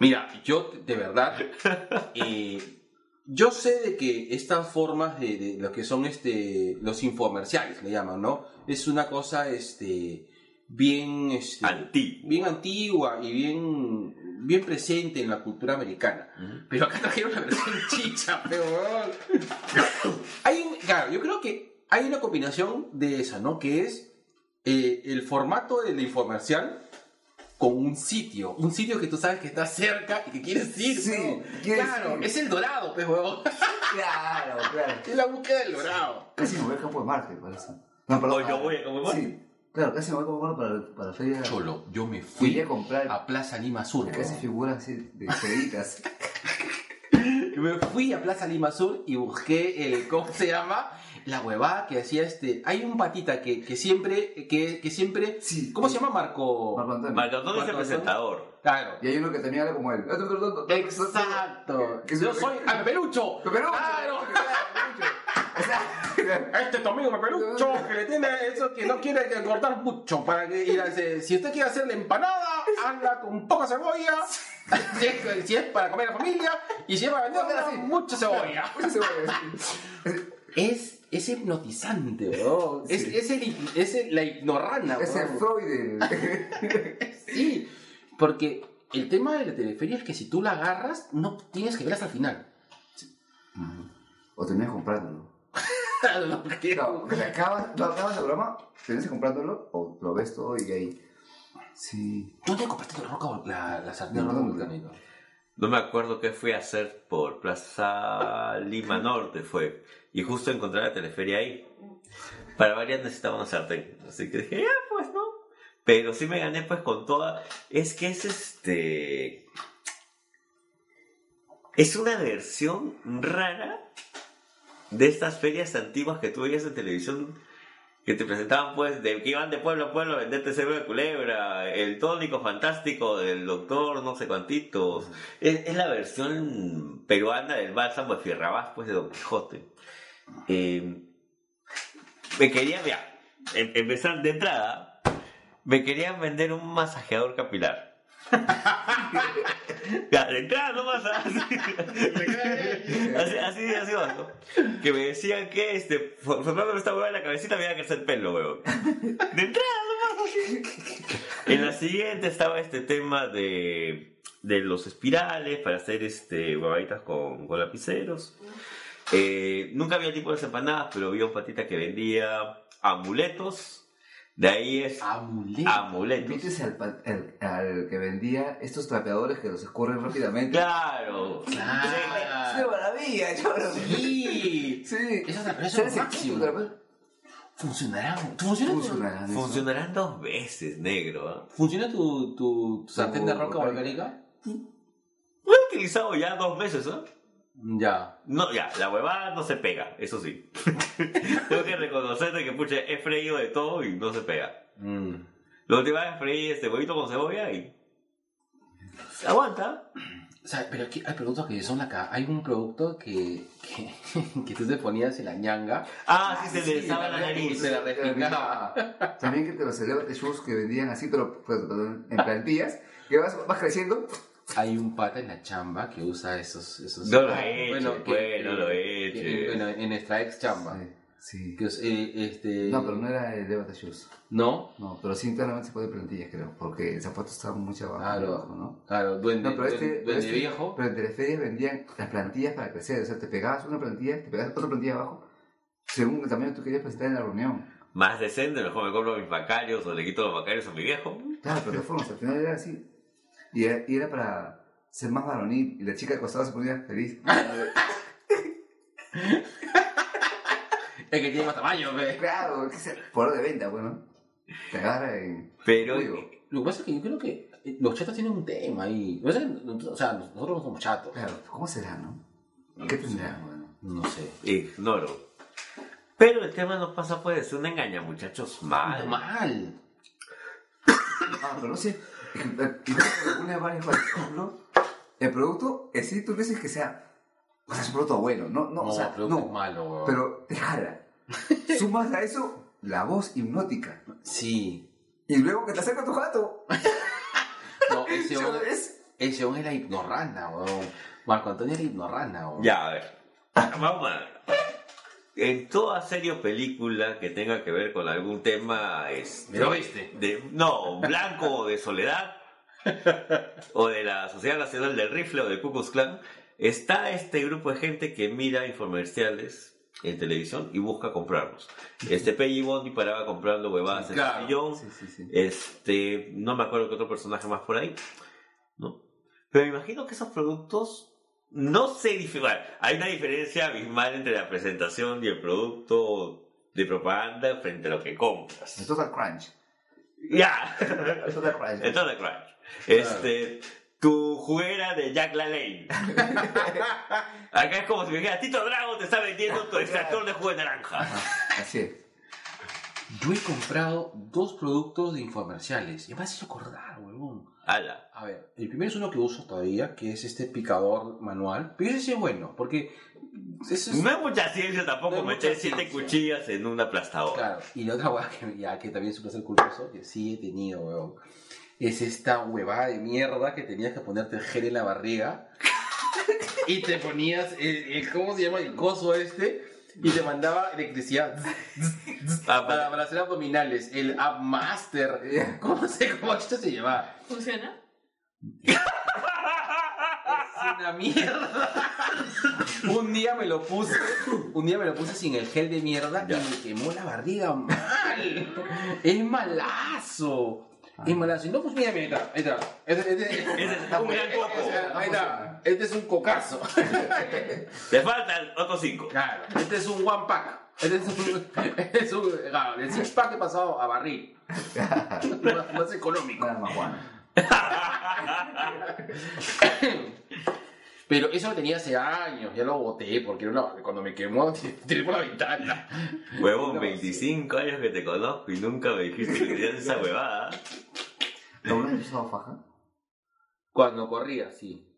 C: Mira, yo de verdad, eh, yo sé de que estas formas de, de lo que son este, los infomerciales, le llaman, ¿no? Es una cosa este, bien, este,
B: Antiguo.
C: bien antigua y bien, bien presente en la cultura americana. Pero acá trajeron la versión chicha, peor. hay un, claro, yo creo que hay una combinación de esa, ¿no? Que es eh, el formato del infomercial con un sitio. Un sitio que tú sabes que está cerca y que quieres ir.
D: Sí,
C: ¿no?
D: quieres
C: claro,
D: ir.
C: es el dorado, pues, huevón.
D: Claro, claro.
C: Es la búsqueda del dorado.
D: Casi me voy al campo de Marte para eso. No,
C: Oh,
D: perdón.
B: O yo voy a comer
D: para-
B: bueno.
D: Sí, claro, casi me voy a campo de Marte para, para la feria.
C: Cholo, Ah. yo me
D: Fui
C: fui
D: a comprar
C: a Plaza Lima Sur.
D: casi
C: huevón.
D: figuras así de feritas.
C: Me fui a Plaza Lima Sur y busqué el, ¿cómo se llama? La huevada que hacía este. Hay un patita que, que siempre, que, que siempre.
D: Sí.
C: ¿Cómo se llama Marco?
D: Marco Antonio.
B: Marco Antonio es el
C: Marco Antonio.
B: presentador.
C: Claro.
D: Y hay uno que también habla como él.
C: Exacto. Yo soy Peperucho.
D: Pero,
C: Claro.
D: O sea,
C: Este es tu amigo Peperucho que le tiene eso que no quiere que cortar mucho para que y la- se- si usted quiere hacerle empanada, hazla con poca cebolla. Si es, si es para comer a la familia y si es para venderla,
D: Así.
C: mucha cebolla.
D: mucha cebolla, sí.
C: Es, es hipnotizante, bro. Oh, Es,
D: Sí.
C: es, el, es el- la ignorana,
D: Es el
C: bro.
D: Freud. del-
C: Sí, porque el tema de la teleferia es que si tú la agarras, no tienes que ver hasta el final.
D: O terminas comprándolo.
C: No,
D: No, porque te acabas, no acabas el programa, terminas comprándolo o lo ves todo y ahí. Sí.
C: ¿Tú te compraste la roca vol- la, la sartén
D: No,
C: roca
D: no,
C: volcánica?
B: No me acuerdo qué fui a hacer por Plaza Lima Norte, fue. Y justo encontré la teleferia ahí. Para varias necesitaba una sartén. Así que dije, ah, pues no. Pero sí me gané pues con toda... Es que es este... Es una versión rara de estas ferias antiguas que tú veías en televisión que te presentaban pues de que iban de pueblo a pueblo a venderte cerveza de culebra, el tónico fantástico del doctor no sé cuantitos. Es, es la versión peruana del bálsamo de Fierrabás pues de Don Quijote. Eh, me querían, ya, em- empezar de entrada, me querían vender un masajeador capilar. Ya, de entrada no pasa así, así, así vas, ¿no? Que me decían que este, formándome esta hueá en la cabecita me iba a crecer pelo, huevón. De entrada no pasa así. En la siguiente estaba este tema de, de los espirales para hacer este huevaditas con, con lapiceros. Eh, nunca había tipo de las empanadas, pero había un patita que vendía amuletos. De ahí es
C: Amuleto.
B: Ah, amuletos.
D: ¿Viste al, pa- al- al que vendía estos trapeadores que los escurren rápidamente?
B: Claro.
D: ¡Es una
C: Claro.
D: maravilla, chaval!
C: Sí.
D: Sí.
C: Eso es- eso es
D: ¿Sabes
C: lo
D: el
C: máximo.
D: trapeador?
C: Funcionará. ¿Tú funciona, tu-
D: Funcionarán eso.
B: Funcionarán dos veces, negro. ¿ah?
C: ¿Funciona tu, tu, tu sartén de roca
D: volcánica.
C: volcánica?
B: Lo he utilizado ya dos veces, ¿ah?
D: Mm,
C: Ya.
B: No, ya, la huevada no se pega, eso sí. Tengo que reconocerte que, pucha, he freído de todo y no se pega.
D: Mm.
B: Lo última vez freí este huevito con cebolla y... se aguanta.
C: O sea, pero aquí hay productos que son acá. Hay un producto que, que, que tú te ponías en la ñanga.
B: Ah, sí, se le
C: sí,
B: estaba la
C: la verdad que
B: nariz.
C: se la
D: Ah, También que te los celebra de shoes que vendían así, pero, pero- pero en plantillas, que vas, vas creciendo. pues,
C: Hay un pata en la chamba que usa esos... esos Ah,
B: No lo eches, pues, no lo
C: que-
B: eches.
C: bueno, en nuestra ex chamba.
D: Sí.
C: Que, es, eh, este,
D: No, pero no era el de Shoes.
C: ¿no?
D: No, pero sí internamente se pone plantillas, creo, porque el zapato estaba mucho abajo,
C: Claro.
D: abajo, ¿no?
C: Claro, duende,
D: No, pero este,
C: duende-
D: pero
C: duende
D: este-
C: viejo.
D: Pero en Teleferias vendían las plantillas para crecer, o sea, te pegabas una plantilla, te pegabas otra plantilla abajo, según el tamaño que tú querías presentar en la reunión.
B: Más decente, mejor me compro mis bacarios o le quito los bacarios a mi viejo.
D: Claro, pero de formas, al final era así. Y era, y era para ser más varonil, y la chica al costado se ponía feliz. este
C: Es que tiene más tamaño, ve.
D: claro, que sea por de venta, bueno. Te agarra en...
B: Pero...
D: Digo,
C: Lo que pasa es que yo creo que eh, los chatos tienen un tema ahí. Lo que pasa es que nosotros- o sea, nosotros no somos chatos.
D: Claro, ¿cómo será, no? ¿Qué tendrá, bueno?
C: No sé.
B: Ignoro. Pero el tema no pasa puede ser una engaña, muchachos. Mal.
C: Mal.
D: Ah, pero no sé. Una de varias cosas. Por ejemplo, el producto, en sí, tú piensas que sea... O sea, es un producto bueno, no, no,
C: No,
D: o sea,
C: creo que es
D: no.
C: malo, weón.
D: Pero te jala. Sumas a eso la voz hipnótica.
C: Sí.
D: Y luego que te acerca tu gato.
C: No, ese
D: ¿Sí lo
C: hombre,
D: ves?
C: ese hombre era hipnorrana, weón. Marco Antonio era hipnorrana, weón.
B: Ya, a ver. Vamos a ver. En toda serie o película que tenga que ver con algún tema este,
C: Pero viste.
B: de- no, blanco o de soledad, o de la Sociedad Nacional del Rifle o del Ku Klux Klan, está este grupo de gente que mira infomerciales en televisión y busca comprarlos. Este Peggy Bondi paraba comprando huevadas en
C: Claro.
B: el sillón,
D: Sí, sí, sí.
B: este, no me acuerdo qué otro personaje más por ahí, ¿no? Pero me imagino que esos productos no se dif- bueno, Hay una diferencia abismal entre la presentación y el producto de propaganda frente a lo que
D: El
B: compras.
D: Total Crunch.
B: Ya,
D: El Total Crunch.
B: el Total Crunch. Este, tu juguera de Jack LaLanne. Acá es como si me dijera, Tito Drago te está vendiendo tu extractor de jugo de naranja.
D: Así es.
C: Yo he comprado dos productos de infomerciales. Y me has hecho acordar, weón.
B: Ala.
C: A ver, el primero es uno que uso todavía, que es este picador manual. Pero ese sí es bueno, porque... Eso es...
B: No hay mucha ciencia
C: No
B: tampoco
C: hay
B: meter
C: mucha
B: siete
C: ciencia.
B: cuchillas en un aplastador.
C: Claro, y la otra hueá que, ya, que también es un placer culposo, que sí he tenido, weón, es esta huevada de mierda que tenías que ponerte el gel en la barriga y te ponías, el, el- ¿cómo se llama? El coso este y te mandaba electricidad
B: Ah,
C: para, para hacer abdominales, el Upmaster. ¿Cómo se, cómo esto se llama?
E: ¿Funciona?
C: Es una mierda. Un día me lo puse, un día me lo puse sin el gel de mierda
B: Ya.
C: y me quemó la barriga mal. Es malazo. Es malazo. Y No, pues mira, mira, ahí está, ahí está. Este, este-
B: Ese es un gran coco.
C: Ahí está. Este es un cocazo.
B: Te faltan otros cinco.
C: Claro, este es un one pack. Este es un, este es un claro, el six pack he pasado a barril. Más, más económico.
D: Una majuana.
C: Pero eso lo tenía hace años, ya lo boté porque era una- cuando me quemó tiré por la ventana.
B: Huevón,
C: No,
B: 25 años que te conozco y nunca me dijiste que tenías esa huevada.
D: ¿Alguna vez has usado faja?
C: Cuando corría, sí.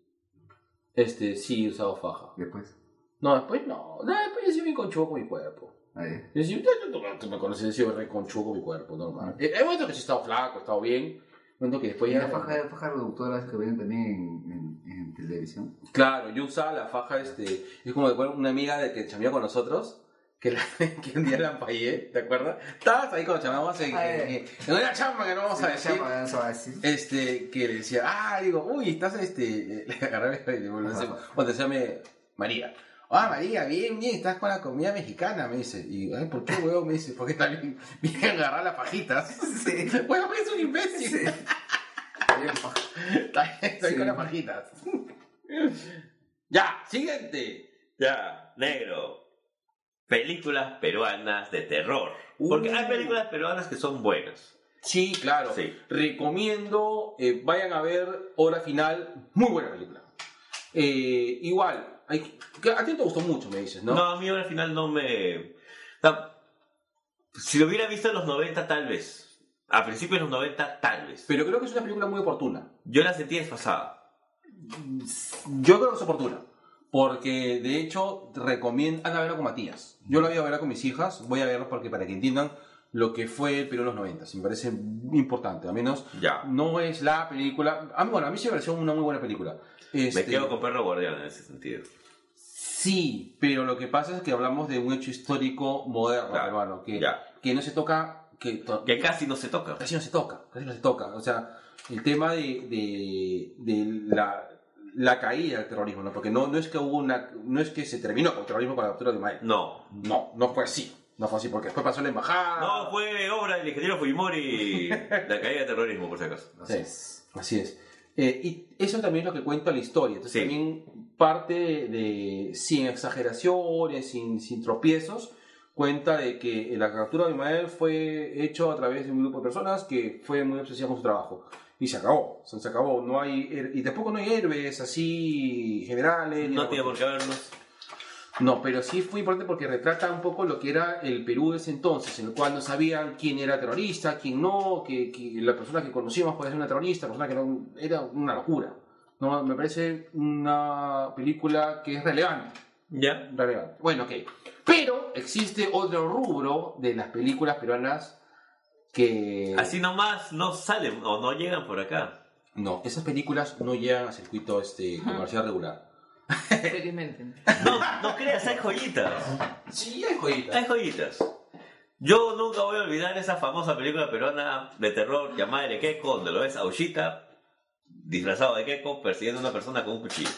C: Este, sí, usaba faja.
D: Después.
C: No, después no. No, después yo soy bien conchudo con mi cuerpo.
D: Ahí.
C: Yo soy- tú, tú- tú- tú me conoces, yo soy re conchudo con mi cuerpo, normal. Eh, Hay momentos que sí he estado flaco, he estado bien. Momentos que después
D: Y
C: ya...
D: la faja, la faja reductora esas que ven también en, en, en televisión.
C: Claro, yo usaba la faja, este, es como de acuerdo, una amiga de que chameó con nosotros, que, la- que un día la empallé, ¿te acuerdas? Estabas ahí cuando chameamos en,
D: Ah,
C: en,
D: eh.
C: en una chamba que no vamos a
D: La
C: decir.
D: llama, no se va a decir.
C: Este, que le decía, ah, digo, uy, estás este, le agarré y le volví a decir, o te llame María. Ah, María, bien, bien, estás con la comida mexicana, me dice. Y, ay, ¿por qué, huevón? Me dice, porque está bien, bien agarrar las fajitas.
D: Sí.
C: Huevón, es un imbécil.
D: Sí.
C: Está bien, estoy
D: Sí.
C: con las fajitas. ya, siguiente.
B: Ya, negro. Películas peruanas de terror. Porque
C: Uh.
B: hay películas peruanas que son buenas.
C: Sí, claro.
B: Sí.
C: Recomiendo, eh, vayan a ver Hora Final, muy buena película. Eh, igual, hay- que a ti te gustó mucho, me dices, ¿no?
B: No, a mí al final no me... o sea, si lo hubiera visto en los 90 tal vez. A principios de los 90 tal vez.
C: Pero creo que es una película muy oportuna.
B: Yo la sentí desfasada.
C: Yo creo que es oportuna. Porque de hecho recomiendo anda a verla con Matías. Yo la voy a verla con mis hijas, voy a verla porque para que entiendan lo que fue el Perú en los 90. Me parece importante, al menos
B: Ya.
C: no es la película. A mí, bueno, a mí sí me pareció una muy buena película. Este,
B: Me quedo con Perro Guardián en ese sentido.
C: Sí, pero lo que pasa es que hablamos de un hecho histórico moderno
B: Claro,
C: peruano que,
B: ya.
C: que no se toca, que to-
B: Que casi no se toca.
C: casi no se toca, casi no se toca. O sea, el tema de, de- de la, la caída del terrorismo, ¿no? Porque no, no es que hubo una, no es que se terminó con el terrorismo con la captura de Mael.
B: No.
C: No, no fue así. No fue así, porque después pasó la embajada.
B: No, fue obra del ingeniero Fujimori. La caída de terrorismo, por si acaso.
C: Sí, así es. Eh, y eso también es lo que cuenta la historia. Entonces
B: Sí.
C: también parte de, de- sin exageraciones, sin, sin tropiezos, cuenta de que la captura de Mael fue hecho a través de un grupo de personas que fue muy obsesiva con su trabajo. Y se acabó, o sea, se acabó. No hay, her- y tampoco no hay héroes así generales. ni
B: No
C: nada
B: tiene
C: por-
B: por qué habernos.
C: no, pero sí fue importante porque retrata un poco lo que era el Perú de ese entonces, en el cual no sabían quién era terrorista, quién no, que, que la persona que conocíamos podía ser una terrorista, la persona que no, era una locura. No, me parece una película que es relevante,
B: Ya.
C: relevante. Bueno, ok. Pero existe otro rubro de las películas peruanas que...
B: Así nomás no salen o no llegan por acá.
C: No, esas películas no llegan al circuito este, comercial regular.
E: Felizmente.
B: No, no creas, hay joyitas.
C: Sí, hay joyitas.
B: Hay joyitas. Yo nunca voy a olvidar esa famosa película peruana de terror llamada El Queco, donde lo ves a Ushita disfrazado de Queco persiguiendo a una persona con un cuchillo.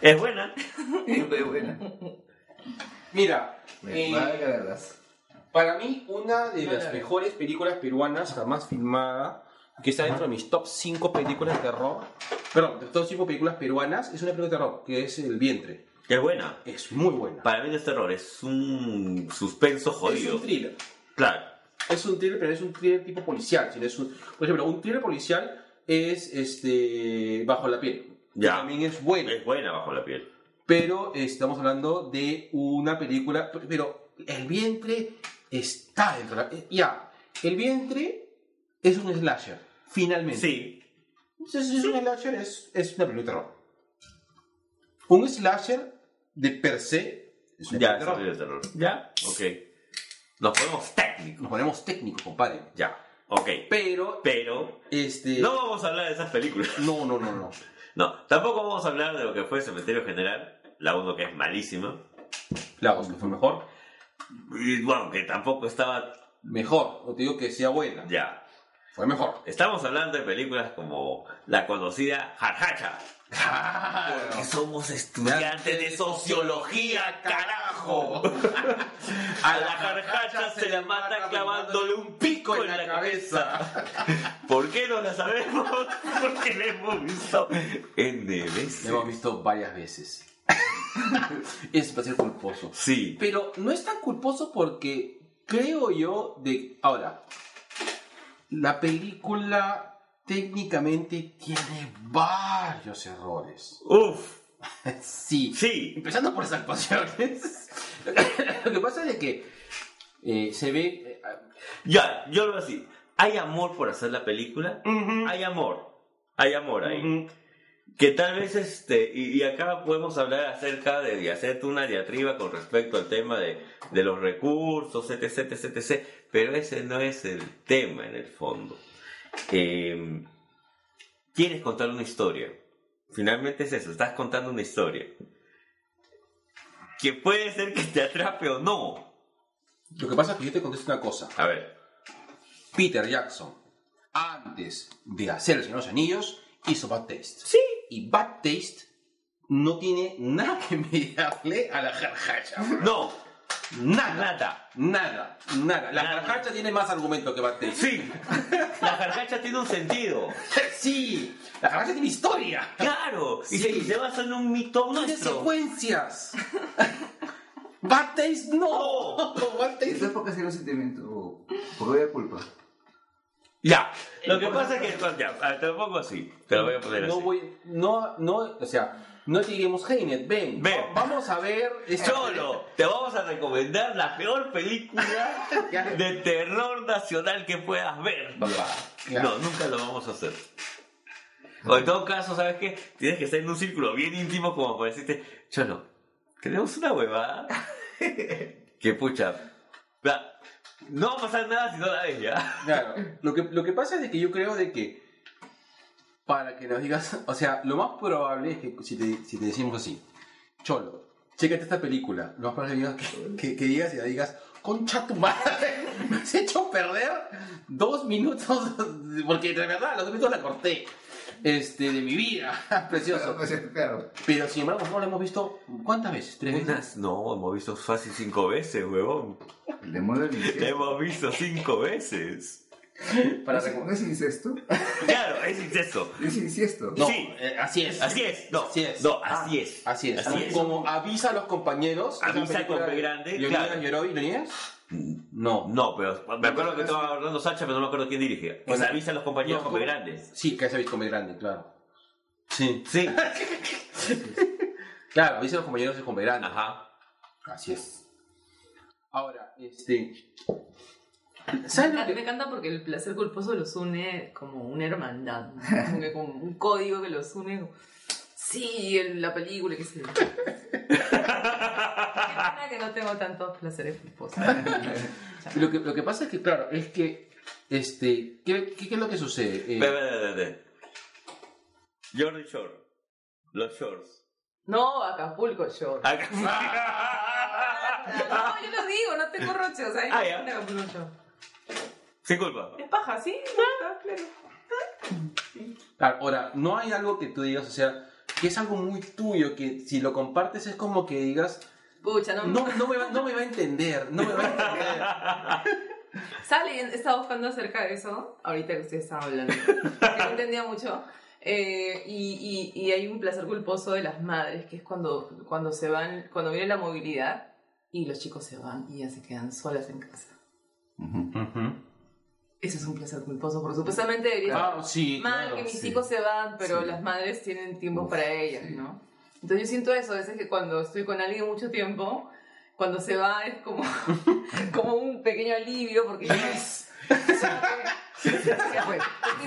B: Es buena.
D: Muy buena.
C: Mira, eh,
D: Voy a verlas.
C: Para mí, una de las
E: Claro.
C: mejores películas peruanas jamás filmada, que está dentro de mis top 5 películas de terror, perdón, de top 5 películas peruanas, es una película de terror, que es El Vientre.
B: Es buena.
C: Es muy buena.
B: Para mí no es terror, es un suspenso
C: es
B: jodido.
C: un thriller.
B: Claro.
C: Es un thriller, pero es un thriller tipo policial. sino es un- por ejemplo, un thriller policial es este, Bajo la piel. que
B: Ya.
C: También es bueno.
B: Es buena bajo la piel.
C: Pero eh, estamos hablando de una película. Pero el vientre está dentro. de la- eh, Ya, el vientre es un slasher, finalmente.
B: Sí.
C: Entonces, es un slasher, es, es una película de terror. Un slasher de per se es una
B: Ya,
C: película de
B: es
C: terror.
B: de terror. Ya. Ok. Nos ponemos técnicos.
C: Nos ponemos técnicos, compadre.
B: Ya. Ok.
C: Pero,
B: Pero
C: este.
B: no vamos a hablar de esas películas.
C: no, no, no. no.
B: No, tampoco vamos a hablar de lo que fue Cementerio General, la 1 que es malísima.
C: La dos que fue mejor.
B: Y bueno, que tampoco estaba
C: Mejor, no te digo que sea buena.
B: ya.
C: Fue mejor.
B: Estamos hablando de películas como la conocida Jarjacha. Que somos estudiantes de sociología, carajo. A la jarjacha se la mata clavándole un pico en la cabeza. ¿Por qué no la sabemos? Porque la hemos visto en
C: Lo hemos
B: DBC.
C: visto varias veces. es para ser culposo.
B: Sí,
C: Pero no es tan culposo porque creo yo de... Ahora, la película técnicamente tiene varios errores.
B: uff,
C: sí.
B: sí,
C: Empezando por las actuaciones. Lo que pasa es de que eh, se ve...
B: Ya, yo lo veo así. Hay amor por hacer la película. Hay amor. Hay amor ahí. Que tal vez este. Y, y acá podemos hablar acerca de, y hacer una diatriba con respecto al tema de, de los recursos, etc, etc, etc. Pero ese no es el tema en el fondo. Eh, quieres contar una historia. Finalmente es eso, estás contando una historia. Que puede ser que te atrape o no.
C: Lo que pasa es que yo te contesto una cosa.
B: A ver,
C: Peter Jackson, antes de hacer El Señor de los Anillos, hizo Bad Taste. Sí. Y Bad Taste no tiene nada que mediarle a la jarjacha. bro.
B: No,
C: Nada,
B: nada.
C: nada, nada. La
B: Nada.
C: jarjacha tiene más argumento que Bate.
B: Sí, la jargacha tiene un sentido.
C: Sí, la jarjacha tiene historia.
B: Claro, y
C: Sí.
B: se, se basa en un mito
C: Tiene
B: nuestro.
C: secuencias. Bates no. Bates
D: ¿Eso es porque sería un sentimiento? ¿Por qué había culpa?
B: Ya, lo que pasa es que. Ya, ah, te lo pongo así. Te lo voy a poner
C: no
B: así.
C: voy, no, no, o sea, no lleguemos Heinet, ven,
B: Ven.
C: va- vamos a ver. esta-
B: Cholo, te vamos a recomendar la peor película
C: Ya.
B: de terror nacional que puedas ver.
C: Papá, ya.
B: No, nunca lo vamos a hacer. O en todo caso, ¿sabes qué? Tienes que estar en un círculo bien íntimo como para decirte, Cholo, tenemos una huevada. que pucha. va, No va a pasar nada si no la ves ya.
C: Claro, lo que, lo que pasa es de que yo creo de que para que nos digas, o sea, lo más probable es que si te, si te decimos así, Cholo, chécate esta película, lo más probable es que, que, que digas y la digas, concha tu madre, me has hecho perder dos minutos, porque de verdad, los dos minutos la corté, este, de mi vida, precioso.
D: Claro.
C: Pero sin embargo, no la hemos visto, ¿cuántas veces? ¿Tres veces?
B: Unas, no, hemos visto fácil cinco veces, huevón.
D: El demonio del
B: La
D: incesto.
B: hemos visto cinco veces.
C: Para
D: ¿No
C: recom-
D: es incesto?
B: Claro, es incesto.
D: Es incesto.
C: no,
B: Sí.
C: eh, así es.
B: Así es, no.
C: Así es. Ah,
B: No, así es.
C: Así es.
B: Así es.
C: Como avisa a los compañeros.
B: Avisa
C: esa película
B: con
C: de
B: P grande,
C: Leonidas
B: claro.
C: Lloró y Leonidas. No.
B: No, pero me acuerdo que estaba hablando Sacha, pero no me acuerdo quién dirige. Pues
C: Bueno.
B: avisa a los compañeros
C: No,
B: como
C: tú-
B: grandes.
C: Sí, que se avisa con P grande, claro. Sí.
B: Sí.
C: Claro, avisa a los compañeros con P grande.
B: Ajá.
C: Así es. Ahora, este. ¿Sabes
E: A
C: lo
E: mí me
C: que.?
E: encanta porque el placer culposo los une como una hermandad, ¿no? como, que como un código que los une. como, Sí, el- la película, qué sé yo. Qué pena que no tengo tantos placeres culposos.
C: Lo que, lo que pasa es que, claro, es que. Este. ¿Qué, qué, qué es lo que sucede? Eh,
B: Ve, ve, ve, ve, ve. Jordan Shore. Los shorts.
E: No, Acapulco, yo.
B: Acá-
E: No, yo lo digo, no tengo roche, o sea,
B: Ah,
E: yo
B: ya.
E: no tengo Acapulco Shore.
B: Sin culpa.
E: Es paja, sí, está claro.
C: Claro, ahora, no hay algo que tú digas, o sea, que es algo muy tuyo, que si lo compartes es como que digas,
E: Pucha, no,
C: no, no, me, va, no me va a entender, no me va a entender.
E: Sale, estaba buscando acerca de eso, ahorita que ustedes estaban hablando, que no entendía mucho. Eh, y, y- y hay un placer culposo de las madres, que es cuando, cuando se van, cuando viene la movilidad y los chicos se van y ya se quedan solas en casa.
D: Ujú.
E: Eso es un placer culposo, porque supuestamente debería estar
C: Ah, sí.
E: mal
C: claro,
E: que mis
C: sí.
E: hijos se van, pero
D: Sí.
E: las madres tienen tiempo
D: Uf,
E: para ellas,
D: sí.
E: ¿no? Entonces yo siento eso, a veces que cuando estoy con alguien mucho tiempo, cuando se va es como, como un pequeño alivio, porque yo...
D: Se fue,
E: Sí,
D: se
E: se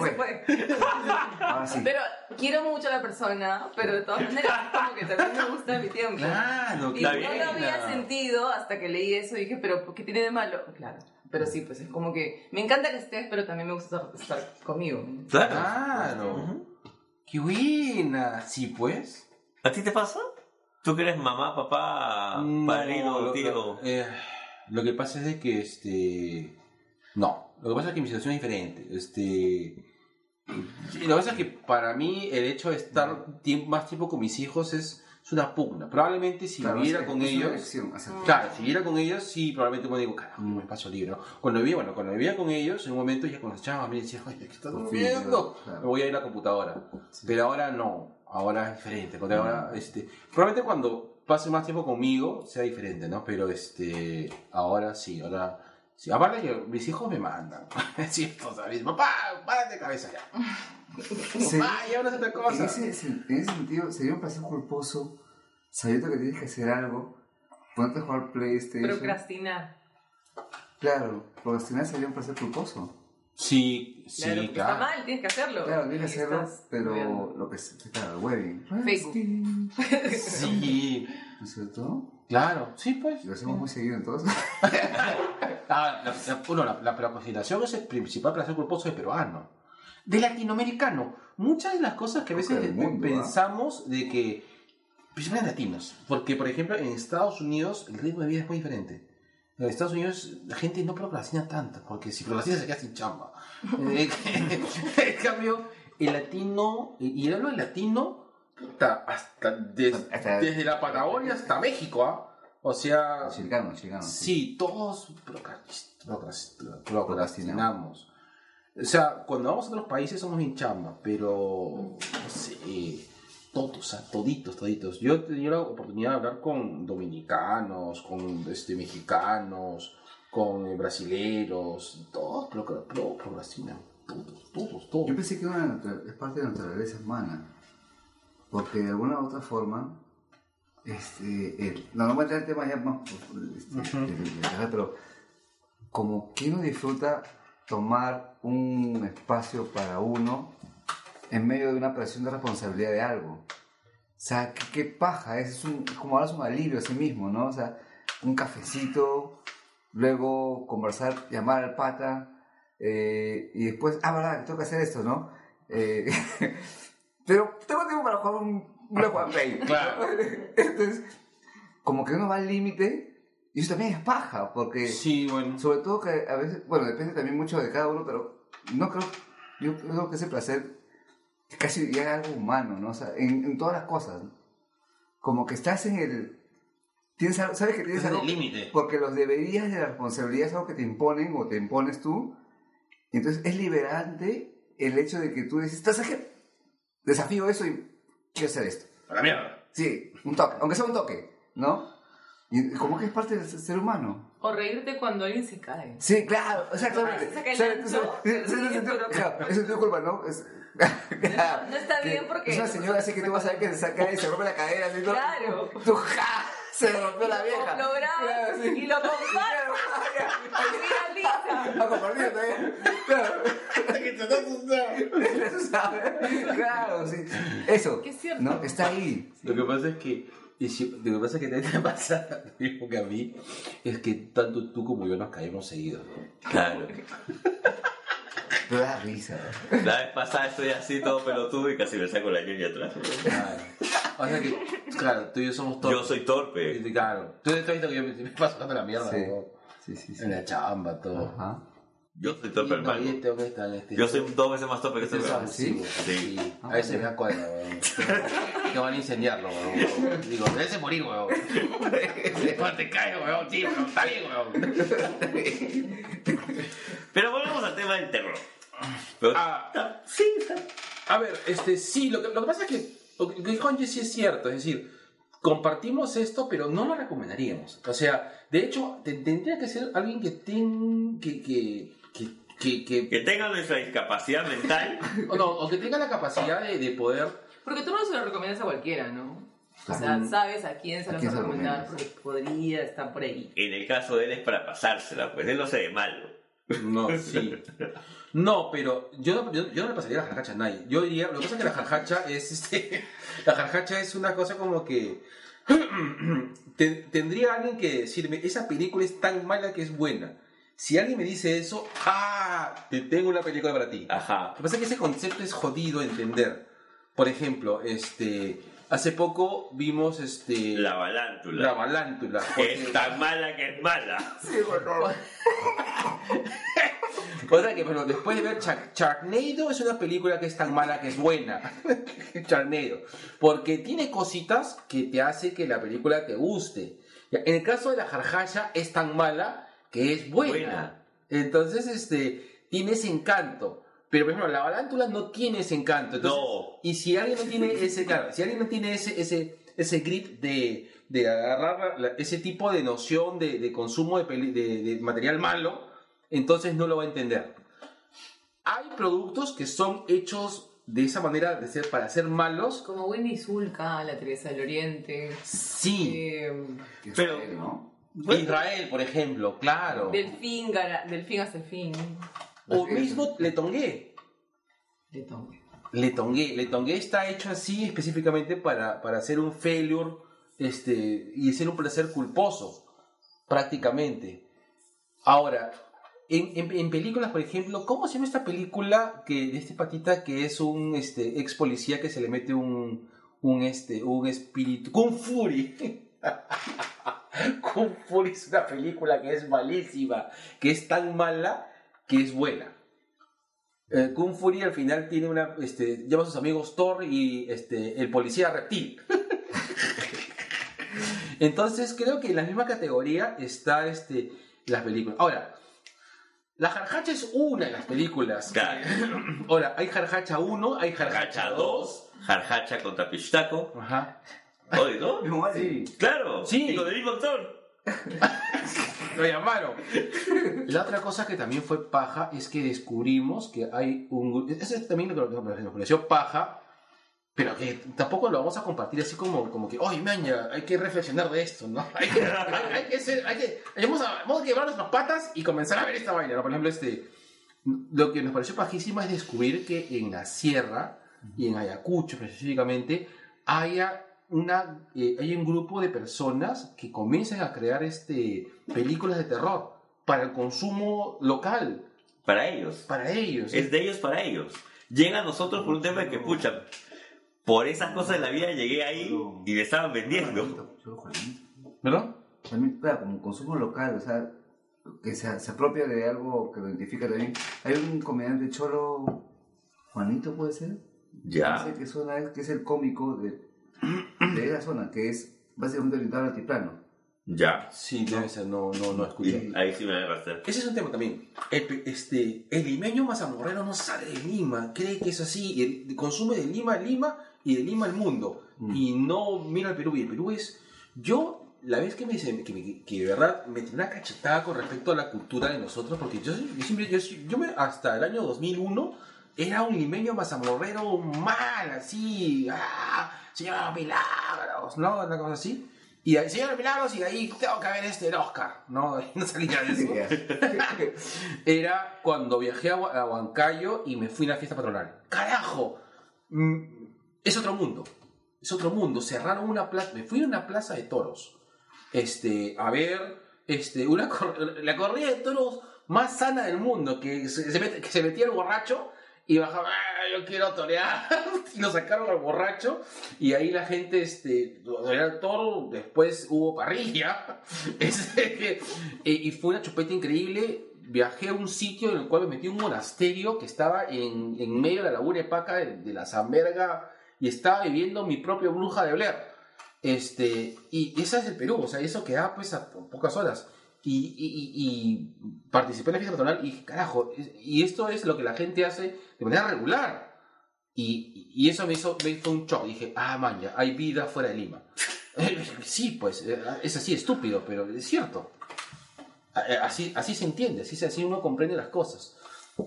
D: fue.
E: fue.
D: Ahora Ah, sí.
E: Pero quiero mucho a la persona, pero de todas maneras es como que también me gusta mi tiempo.
C: Claro,
E: y
C: qué
E: no
C: buena.
E: lo había sentido hasta que leí eso y dije, pero ¿qué tiene de malo? Claro, pero sí, pues es como que me encanta que estés, pero también me gusta estar, estar conmigo.
B: Claro.
C: Claro. Qué buena. Sí, pues.
B: ¿A ti te pasa? ¿Tú que eres mamá,
D: Ah,
B: papá,
C: No,
B: padrino,
C: lo-
B: tío?
C: Lo, eh, lo que pasa es de que este. No, lo que pasa es que mi situación es diferente. Este. Lo que pasa es que para mí el hecho de estar tiemp- más tiempo con mis hijos es, es una pugna. Probablemente si
D: Claro,
C: viviera
D: sí,
C: con
D: es una
C: ellos.
D: elección, o sea,
C: Claro, si viviera con ellos, sí, probablemente me digo, carajo, un espacio libre. ¿no? Cuando vivía, bueno, cuando vivía con ellos, en un momento ya cuando echaba a mí decía, oye, ¿qué estás
D: Por fin,
C: durmiendo?
D: claro.
C: Me voy a ir a la computadora. Pero ahora no, ahora es diferente. porque ahora, este, probablemente cuando pase más tiempo conmigo sea diferente, ¿no? Pero este, ahora sí, ahora. Sí. Aparte que mis hijos me mandan. Es cierto, ¿sabes? Papá, párate de cabeza ya.
D: Sí.
C: Papá, ya hablas de otra
D: En
C: cosa.
D: ese, sen- en ese sentido, sería un placer culposo sabiendo que tienes que hacer algo, ponerte a jugar PlayStation.
E: Procrastinar.
D: Claro, procrastinar sería un placer culposo.
C: Sí, sí,
E: Claro,
C: claro.
E: porque está mal, tienes que hacerlo.
D: Claro, tienes que
E: Y
D: hacerlo,
E: estás
D: pero
E: estudiando.
D: lo que se claro, el webbing.
E: Facebook.
D: ¿No
C: Sí,
D: es cierto?
C: claro, sí, pues.
D: Lo hacemos muy seguido entonces.
C: Ah, la, la- bueno, la, la procrastinación es el principal placer culposo del peruano. De latinoamericano. Muchas de las cosas que a
D: Creo
C: veces
D: que del mundo, ¿ah?
C: pensamos de que. Principalmente latinos. Porque, por ejemplo, en Estados Unidos el ritmo de vida es muy diferente. En Estados Unidos la gente no procrastina tanto. Porque si procrastina se queda sin chamba. Eh, en cambio, el latino. Y y hablo del latino. puta, hasta des-
D: Hasta-
C: desde la Patagonia hasta México, ¿ah? O sea,
D: Los chilcanos, chilcanos.
C: Sí, todos procrast- procrast-
D: Procrastinamos.
C: procrastinamos. O sea, cuando vamos a otros países somos bien chamba, pero no sé, todos, ah, toditos, toditos. Yo he tenido la oportunidad de hablar con dominicanos, con este, mexicanos, con eh, brasileros, todos procra- pro- procrastinan, todos, todos, todos.
D: Yo pensé que era una natura- es parte de la naturaleza humana. Porque de alguna u otra forma, este, el- no, no voy a entrar en temas ya más profundos, este, de- de- de- de- pero como que uno disfruta tomar un espacio para uno en medio de una presión de responsabilidad de algo. O sea, qué, qué paja, es un, como ahora es un alivio a sí mismo, ¿no? O sea, un cafecito, luego conversar, llamar al pata, eh, y después, ah, verdad, tengo que hacer esto, ¿no? Eh, pero tengo tiempo para jugar un una Juan Play.
C: Claro.
D: Entonces, como que uno va al límite, y eso también es paja, porque
C: Sí, bueno.
D: sobre todo que a veces, bueno, depende también mucho de cada uno, pero no creo, yo creo que ese placer es casi ya algo humano, ¿no? O sea, en, en todas las cosas. ¿no? Como que estás en el... Tienes, algo- ¿Sabes que tienes
C: Ese es
D: algo?
C: el límite.
D: Porque los deberías de la responsabilidad es algo que te imponen o te impones tú. Entonces es liberante el hecho de que tú dices, ¿sabes qué? Desafío eso y quiero hacer esto.
C: A la mierda.
D: Sí, un toque, aunque sea un toque, ¿no? Y como que es parte del ser humano.
E: O reírte cuando alguien se cae.
D: Sí, claro, exactamente.
E: Se Ah, saca el
D: ¿Sabes? Tú
E: ancho,
D: sabes- sí,
E: sí,
D: sí, sí,
E: pero-
D: sí, claro, Es tu culpa, ¿no? Es-
E: no está bien
D: Que
E: porque-
D: Es una señora así que tú vas a ver que se saca y se rompe la cadera. así, ¿no?
E: Claro.
D: Tú, ja, se rompió la vieja.
E: Lo grabas
D: Claro, sí.
E: y lo compartes. y viraliza.
D: A compartir también. ¿eh? Claro. Eso sabe. Claro, sí. Eso.
E: Que es cierto.
D: ¿No? Está ahí.
C: Lo que pasa es que y si- lo que pasa es que te pasa lo mismo que a mí es que tanto tú como yo nos caemos seguidos. ¿no?
B: Claro.
D: Pero da risa.
B: La vez pasada estoy así todo pelotudo y casi me saco la ñoña atrás.
C: Claro. O sea que, claro, tú y yo somos todos.
B: Yo soy torpe.
C: Claro. Tú eres todo que yo me, me paso dando la mierda.
D: Sí.
C: ¿no?
D: Sí, sí,
C: En la chamba, todo.
D: Ajá.
B: Yo soy torpe,
C: Y no, y
B: hermano.
C: este hombre está en este-
B: Yo soy dos veces más torpe que
C: este
B: este
C: es
B: hermano.
C: abusivo.
B: Sí.
C: A veces me da cuadra, weón. Que van a incendiarlo, weón. Digo, debes morir, weón. Después te caes, weón. Sí, weón. Está bien, weón.
B: Pero volvemos al tema del terror. Pero-
C: Ah, sí, está- a ver, este, sí, lo que, lo que pasa es que lo que lo que dijo Angie sí es cierto, es decir, compartimos esto, pero no lo recomendaríamos. O sea, de hecho, te- tendría que ser alguien que ten- que, que, que, que- que-
B: que tengan nuestra discapacidad mental.
C: o, no, o que tenga la capacidad de, de poder,
E: Porque tú no se lo recomiendas a cualquiera, ¿no? O sea,
D: Claro.
E: sabes a quién se
D: ¿A
E: lo
D: quién
E: vas a
D: se lo
E: recomendar porque
D: recomiendas?
E: podría estar por ahí.
B: En el caso de él es para pasársela, pues él no se ve malo.
C: no, sí. No, pero yo no, yo, yo no le pasaría la jarjacha a nadie. Yo diría, lo que pasa es que la jarjacha es, este, la jarjacha es una cosa como que Ten- tendría alguien que decirme, esa película es tan mala que es buena. Si alguien me dice eso, ah, te tengo una película para ti.
B: Ajá.
C: Lo que pasa es que ese concepto es jodido de entender. Por ejemplo, este, hace poco vimos este,
B: La balántula.
C: La Balántula.
B: que es tan mala que es mala.
C: O sea que, bueno, después de ver Char- Sharknado, es una película que es tan mala que es buena. Sharknado. Porque tiene cositas que te hace que la película te guste. Ya, En el caso de la jarjaya, es tan mala que es buena.
B: Buena.
C: Entonces, este, tiene ese encanto. Pero, por ejemplo, la balántula no tiene ese encanto. Entonces,
B: No.
C: Y si alguien no tiene ese, claro, si alguien no tiene ese, ese, ese grit de, de agarrar la- ese tipo de noción de, de consumo de, peli- de- de material malo, entonces no lo va a entender. Hay productos que son hechos de esa manera de ser, para ser malos.
E: Como Wendy Zulka, La Teresa del Oriente.
C: Sí.
E: eh,
B: Pero-
D: Israel, ¿no?
C: Israel, por ejemplo, claro.
E: Delfín, Gara- Delfín hace fin.
C: O mismo Letongué.
E: De Tom.
C: Le Tongué. Le Tongué está hecho así específicamente para, para hacer un failure este, y ser un placer culposo, prácticamente. Ahora, en, en- en películas, por ejemplo, ¿cómo se llama esta película que, de este patita que es un este, ex policía que se le mete un, un, este, un espíritu? Kung Fury. Kung Fury es una película que es malísima, que es tan mala que es buena. eh, Kung Fury al final tiene una. Este, lleva a sus amigos Thor y este, el policía reptil. Entonces creo que en la misma categoría está este, las películas. Ahora, la jarjacha es una de las películas.
B: Claro.
C: Ahora, hay jarjacha 1, hay jarjacha
B: Jarjacha
C: 2.
B: 2, Jarjacha contra Pistaco.
C: Ajá.
B: Oye, ¿no?
D: Sí.
B: Claro,
C: Sí.
B: y con el mismo actor.
C: Lo llamaron. La otra cosa que también fue paja es que descubrimos que hay un grupo. Eso es también lo que lo que nos pareció paja, pero que tampoco lo vamos a compartir así como, como que, oye, maña, hay que reflexionar de esto, ¿no? Hay que, hay que ser- hay que- vamos, a, vamos a quebrar nuestras patas y comenzar a ver esta vaina, ¿no? Por ejemplo, este. Lo que nos pareció pajísimo es descubrir que en la sierra y en Ayacucho específicamente haya una eh, hay un grupo de personas que comienzan a crear este películas de terror para el consumo local
B: Para ellos.
C: para ellos
B: Es de ellos para ellos. Llega a nosotros por un tema de que, pucha, por esas cosas de la vida llegué ahí y le estaban vendiendo.
C: ¿verdad?
D: También, claro, como consumo local, o sea, que se, se apropia de algo que lo identifica también. Hay un comediante cholo, Juanito puede ser,
B: Ya. Ah.
D: Parece que zona es, que es el cómico de, de la zona, que es básicamente orientado al altiplano.
B: Ya.
C: Sí, debe ser, no, Eh, no, no escuché.
B: Y ahí sí me agarraste.
C: Ese es un tema también. El, pe- este, el limeño mazamorrero no sale de Lima, cree que es así, y el- consume de Lima a Lima y de Lima al mundo. Y no mira al Perú, y el Perú es... Yo, la vez que me, se- que, me- que de verdad me tiré una cachetada con respecto a la cultura de nosotros, porque yo, yo siempre, yo, yo me- hasta el año 2001 era un limeño mazamorrero mal, así, ¡ah! señora Milagros, ¿no? Una cosa así. Y ahí, señora Milagros, y ahí tengo que ver este el Oscar, ¿no? No salía de eso era cuando viajé a, Hua- a Huancayo y me fui a la fiesta patronal. ¡Carajo! Mm, Es otro mundo. Es otro mundo. Cerraron una plaza. Me fui a una plaza de toros. Este, a ver, este, una cor- la corrida de toros más sana del mundo. Que se, se met- que se metía el borracho y bajaba, "Ah, yo quiero torear. Y lo sacaron al borracho. Y ahí la gente, este, toreó al toro. Después hubo parrilla. Este, eh, y fue una chupeta increíble. Viajé a un sitio en el cual me metí en un monasterio que estaba en, en medio de la laguna de Paca, de, de la Zamberga, y estaba viviendo mi propia bruja de Blair. Este, y esa es el Perú, o sea, eso queda pues a po- pocas horas. Y, y- y- y participé en la fiesta patronal y dije, carajo, es- y esto es lo que la gente hace de manera regular. Y, y eso me hizo, me fue un shock. Dije, ah, man, ya, hay vida fuera de Lima. sí, pues, eh, es así estúpido, pero es cierto. A- eh, Así, así se entiende, así, se- así uno comprende las cosas.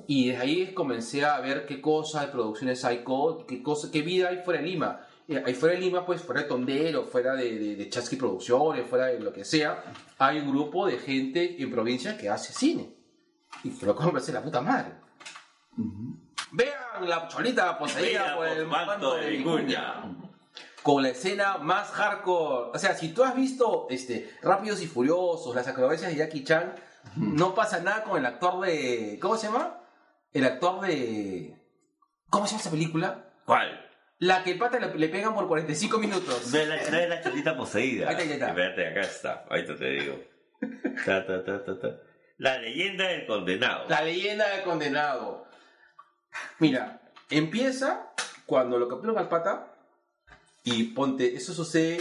C: Y desde ahí comencé a ver qué cosas de producciones hay, co- qué, cosa, qué vida hay fuera de Lima. Eh, Ahí fuera de Lima, pues fuera de Tondero, fuera de, de, de Chasqui Producciones, fuera de lo que sea, hay un grupo de gente en provincia que hace cine. Y que lo converse la puta madre.
D: ah,
C: Vean la cholita poseída
B: Mira,
C: por el pues, manto de Vicuña
B: Vicuña.
C: con la escena más hardcore. O sea, si tú has visto este, Rápidos y Furiosos, las acrobacias de Jackie Chan, no pasa nada con el actor de. ¿Cómo se llama? El actor de. ¿Cómo se llama esa película?
B: ¿Cuál?
C: La que el pata le, le pegan por 45 minutos.
B: No es la, no es la cholita poseída.
C: Ahí está, ahí está.
B: Espérate, acá está. Ahorita te digo. Ta, ta, ta, ta, ta. La leyenda del condenado.
C: La leyenda del condenado. Mira, empieza cuando lo capturan al pata y ponte, eso sucede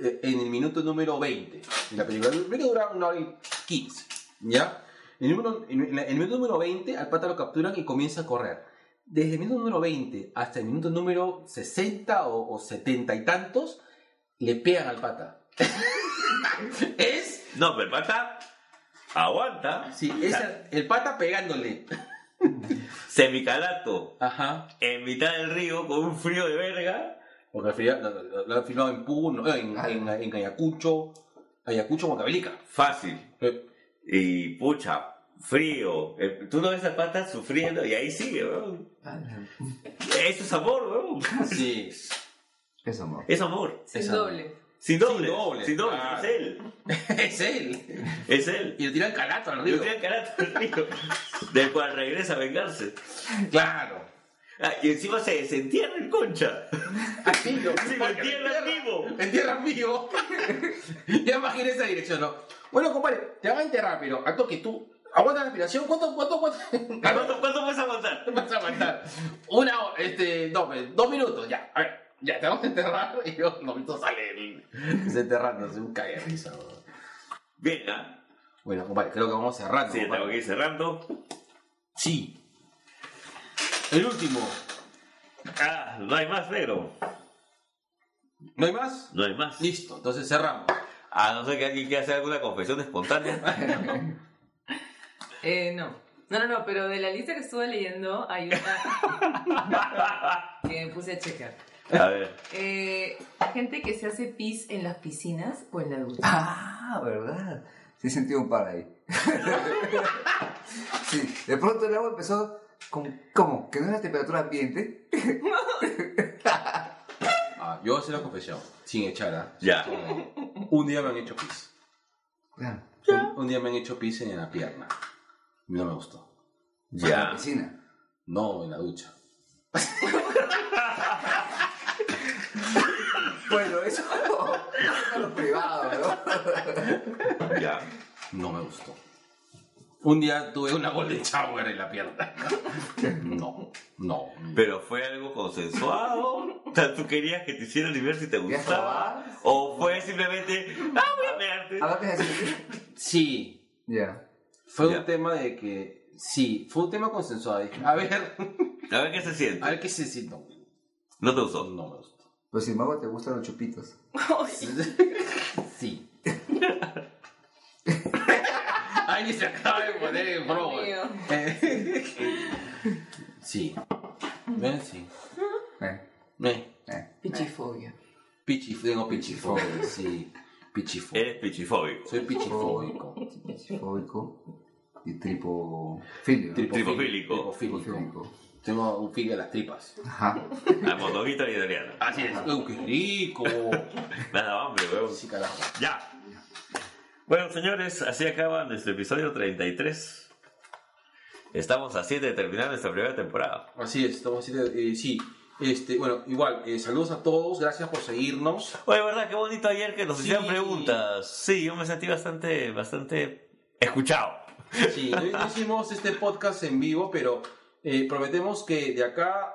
C: eh, en el minuto número 20 de la película. La película dura una hora y 15, ¿ya? En el, número- en- en la- en el minuto número 20 al pata lo capturan y comienza a correr. Desde el minuto número 20 hasta el minuto número 60 o, o 70 y tantos, le pegan al pata. es
B: No, pero el pata aguanta.
C: Sí, es el, el pata pegándole.
B: Semicalato.
C: Ajá.
B: En mitad del río con un frío de verga.
C: Porque al final lo, lo- lo han filmado en Puno, eh, en, en, en Ayacucho, Ayacucho, Huancavelica.
B: Fácil.
C: Eh,
B: Y pucha, frío. Eh, Tú no ves al pata sufriendo y ahí sigue, weón.
D: ah,
B: Eso es amor, weón.
C: Sí.
D: Es amor.
B: Es amor.
E: Sin
C: Esa-
E: doble.
B: Sin doble. Sin doble.
C: doble, claro.
B: Es él.
C: es él.
B: Es él.
C: Y lo tiran calato al
B: Yo
C: río.
B: tenía carácter el río. Del cual regresa a vengarse.
C: Claro.
B: Ah, y encima se desentierra el concha.
C: Así lo
B: Sí, lo entierran vivo.
C: Lo entierran vivo. ya imaginé esa dirección, ¿no? Bueno, compadre, te van este a enterrar, pero a que tú Aguanta la aspiración. ¿Cuánto, cuánto, cuánto?
B: Ah, ¿Cuánto, cuánto puedes aguantar?
C: vas a aguantar? Una hora, este, no, pues, dos minutos, ya, a ver, ya te vamos a enterrar y yo, los minutos salen desenterrándose, un cague de risa. weón.
B: Bien, ¿ah?
C: Bueno, compadre, creo que vamos cerrando.
B: Sí,
C: compadre.
B: tengo que ir cerrando.
C: Sí. El último.
B: Ah, no hay más, negro.
C: ¿No hay más?
B: No hay más.
C: Listo, entonces cerramos.
B: A no ser que alguien quiera hacer alguna confesión espontánea.
E: Eh, no. No, no, no, pero de la lista que estuve leyendo hay una que me puse a checar.
B: A ver.
E: Eh, gente que se hace pis en las piscinas o en la ducha.
D: Ah, ¿verdad? Sí sentí un par ahí. sí, de pronto el agua empezó como, como que no era temperatura ambiente.
C: Ah, yo voy a hacer la confesión, sin echar, ¿ah?
B: Ya.
C: Un día me han hecho pis.
D: Claro,
C: Un, un día me han hecho pis en la pierna. No me gustó.
D: en la
B: Ya.
D: piscina.
C: No, en la ducha.
D: Bueno, eso eso es lo privado,
B: Ya.
C: No me gustó. Un día tuve una golden shower en la pierna. No, no.
B: Pero fue algo consensuado. O sea, tú querías que te hicieran y ver si te
D: ¿Querías
B: gustaba.
D: probar?
B: O fue simplemente. ¡Ah, voy a mearte!
D: ¿no? A ver qué decir.
C: Sí,
D: Ya.
C: fue
B: Ya.
C: un tema de que. Sí, fue un tema consensuado. Dije, a ver,
B: A ver qué se
C: a
B: siente.
C: ver qué se siente. No,
B: No te gustó.
C: no me gustó.
D: Pues sin embargo te gustan los chupitos.
C: Sí. Alguien se acaba de poner en broma.
E: Dios
C: Sí. Ven, sí.
D: Eh,
C: Ven.
D: eh.
E: Pichifobia.
C: Pichi, tengo pichifobia, sí. Eh. Pichifobia.
B: Eres pichifóbico.
C: Soy pichifóbico.
D: Fóbico y tripofilio.
B: Tripofílico.
D: ¿no?
C: Tripofílico.
D: Tripofílico.
C: Tengo un filia en las tripas.
D: Ajá.
B: La monoguita italiana.
C: Así es. ¡Uy, qué rico!
B: Me ha dado hambre, weón.
C: Sí, carajo.
B: Ya. Bueno, señores, así acaba nuestro episodio 33. Estamos a 7 de terminar nuestra primera temporada.
C: Así es, estamos así de- eh, sí. Este, bueno, igual, eh, saludos a todos, gracias por seguirnos.
B: Oye, ¿verdad? Qué bonito ayer que nos
C: Sí.
B: hicieron preguntas. Sí, yo me sentí bastante, bastante escuchado.
C: Sí, no no hicimos este podcast en vivo, pero eh, prometemos que de acá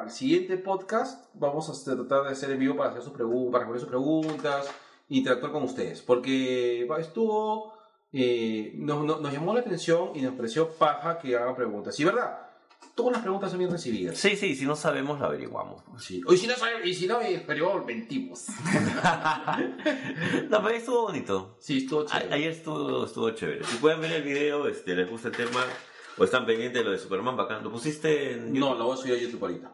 C: al siguiente podcast vamos a hacer- tratar de hacer en vivo para hacer sus preguntas, para responder sus preguntas, interactuar con ustedes. Porque va, estuvo, eh, nos, nos- nos llamó la atención y nos pareció paja que hagan preguntas. Y verdad, todas las preguntas son bien recibidas.
B: Sí, sí, si no sabemos, lo averiguamos.
C: Sí. Y si no, sabe- y si no, eh, pero mentimos.
B: No, pero estuvo bonito.
C: Sí, estuvo
B: A-
C: chévere.
B: ayer estuvo, estuvo chévere. Si pueden ver el video, este, les gusta el tema o están pendientes de lo de Superman bacán. ¿Lo pusiste en
C: No, lo voy a subir a YouTube ahorita.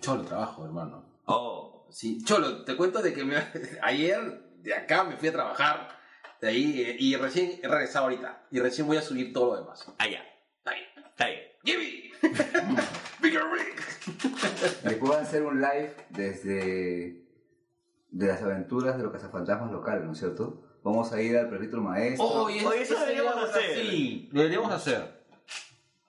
C: Cholo, trabajo, hermano.
B: Oh,
C: Sí, Cholo, te cuento de que me- ayer de acá me fui a trabajar. De ahí, eh, y recién he regresado ahorita. Y recién voy a subir todo lo demás.
B: allá.
C: Está bien.
B: Está bien.
C: ¡Gimme! ¡Bigger Rick!
D: Le puedo hacer un live desde de las aventuras de los cazafantasmas locales, ¿no es cierto? Vamos a ir al perrito maestro.
C: Oye,
B: Oye, eso deberíamos hacer.
C: Sí, lo deberíamos hacer.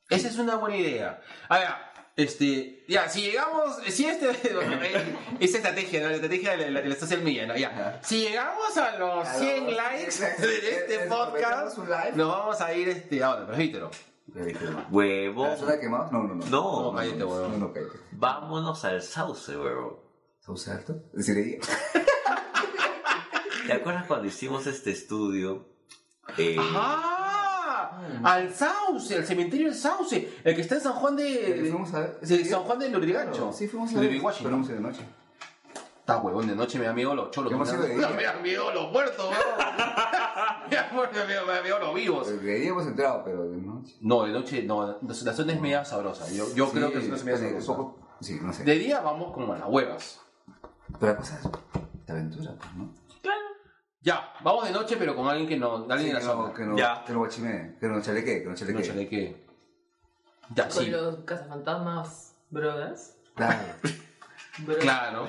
C: Esa es una buena idea. A ver, este, ya, si llegamos, si este, esa estrategia, ¿no? la estrategia de la, de la social media, ¿no? Ya. Si llegamos a los 100 Oh, likes de este podcast,
D: ¿Un live?
C: nos vamos a ir, este, ahora, presbítero.
D: No.
B: Huevo.
D: ¿La zona quemada? No, no, no.
B: No,
C: No, cállate,
D: No,
C: huevón.
D: no, cállate.
B: vámonos al sauce, huevo.
D: ¿Sauce alto? Decir ahí.
B: ¿Te acuerdas cuando hicimos este estudio? Eh,
C: ¡Ah! Al Sauce, al cementerio del Sauce, el que está en San Juan
D: El que
C: de.
D: fuimos a ver.
C: de San Juan de Lurigancho.
D: Sí, fuimos a
C: de
D: ver.
C: Washington.
D: Pero hemos ido de noche.
C: Está huevón, de noche me da miedo los cholos.
D: ¿Qué hemos
C: me
D: sido de
C: da-
D: día?
C: me da miedo los muertos, weón. me, da, me, da- me da miedo los vivos.
D: Pues, De día hemos entrado, pero de noche.
C: No, de noche, no, la zona es media sabrosa. Yo, yo creo que la zona es media
D: pero un
C: sabrosa.
D: poco- pues, Sí, no sé.
C: De día vamos como a las huevas.
D: Pero la cosa es de aventura, pues, ¿no?
C: Ya, vamos de noche, pero con alguien que no. Alguien
D: Sí,
C: de la
D: que,
C: zona.
D: no, que no,
B: Ya.
D: que no guachimee, que no chaleque, que no
C: No
D: chaleque.
C: sé de qué. Ya,
E: Con
C: sí.
E: los cazafantasmas, brothers.
D: Claro.
E: Bro-
C: Claro.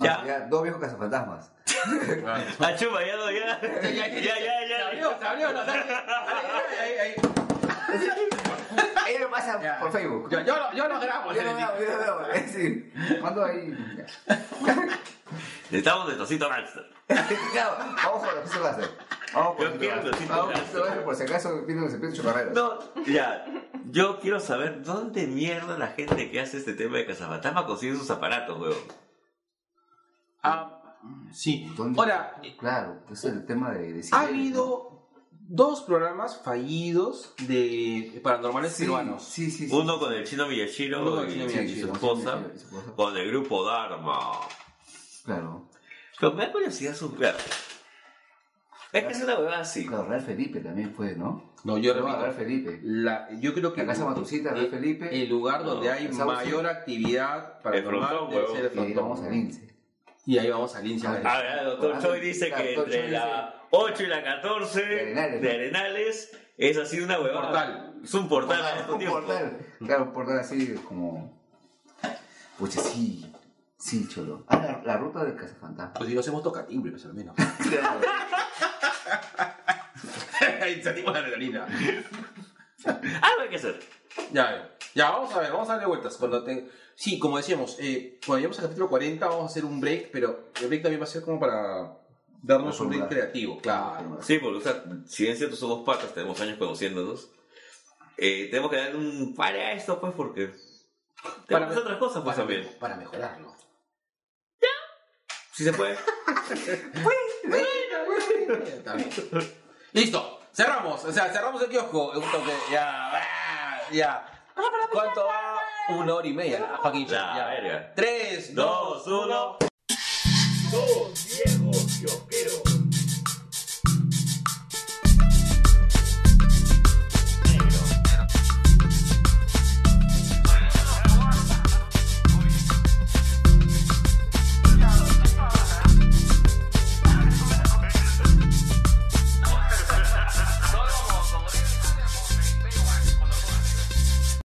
B: Ya.
D: Ah, ya, dos viejos cazafantasmas.
B: ah, chupa, ya, no, ya. Ya, ya, ya.
C: Se abrió, se abrió, no, dale, dale, dale, ahí, ahí.
D: Ahí lo pasa
C: Ya.
D: por Facebook.
C: Yo, yo, lo- yo lo grabo,
D: Yo
C: le
D: no
C: digo.
D: veo, yo no veo. Es decir, ¿cuándo ahí?
B: Necesitamos de tocito gangster.
D: Claro, vamos a lo que se va a hacer. Oh, por
B: Yo
D: si
B: quiero
D: acaso.
B: decir-
D: Ah, por si acaso, por si acaso, piden que se piden chocarreras.
B: No, ya. Yo quiero saber dónde mierda la gente que hace este tema de Cazafantasma consigue sus aparatos, huevón.
C: Ah, sí.
D: ¿Dónde?
C: Ahora,
D: Claro, es el tema de... de
C: ha
D: Siberia,
C: habido dos programas fallidos de
D: ¿no?
C: paranormales
D: Sí,
C: peruanos.
D: Sí, sí, sí.
B: Uno con el chino Villachiro
C: Uno con el
B: y,
C: chino
B: y
C: Villachiro,
B: su
C: sí,
B: esposa,
D: sí, su esposa.
B: con el grupo Dharma.
D: Claro.
B: Pero me da curiosidad su... ver. Es que es una huevada así.
D: Claro, Real Felipe también fue, ¿no?
C: No, yo
D: No,
C: repito,
D: Real Felipe.
C: la- yo creo que
D: La Casa Matucita, Real
C: el,
D: Felipe.
C: el lugar
B: No,
C: donde hay
D: esa voz-
C: mayor actividad paranormal
B: frontón,
C: debe
B: huevón.
C: ser el
D: Y ahí
C: frontón.
D: vamos a Lince.
C: Y ahí vamos a Lince.
D: Ah,
B: A ver, el doctor Choi dice que
D: Doctor
B: entre
D: Choi
B: la 8 y la 14
D: De Arenales.
B: de Arenales es así una huevada.
C: Portal.
B: Es un portal. al mismo
D: un
B: tiempo.
D: portal. Claro, un portal así como. Pucha, sí. Sí, cholo. Ah, la, la ruta del cazafantasma.
C: Pues si no hacemos tocatimbre, pues al menos.
D: Claro.
C: Salimos la adrenalina.
B: Algo Ah, hay que hacer.
C: Ya, ya, vamos a ver, vamos a darle vueltas. Cuando te... Sí, como decíamos, eh, cuando lleguemos al capítulo 40 vamos a hacer un break, pero el break también va a ser como para darnos un break
D: Reformular.
C: creativo, claro.
B: Sí, porque o sea, si bien es cierto somos patas, tenemos años conociéndonos, eh, tenemos que darle un para a esto, pues, porque
C: Para-
B: tenemos otras cosas, pues,
C: Para,
B: también.
C: para mejorarlo.
B: Si se puede.
C: Está bien. Listo, cerramos, o sea, cerramos el kiosco. Un toque, ya, ah, ya. ¿Cuánto va? Una hora y media, la fucking shit,
B: La
C: ya.
B: verga.
C: Tres, dos,
B: Dos,
C: uno.
B: uno.
F: Dos,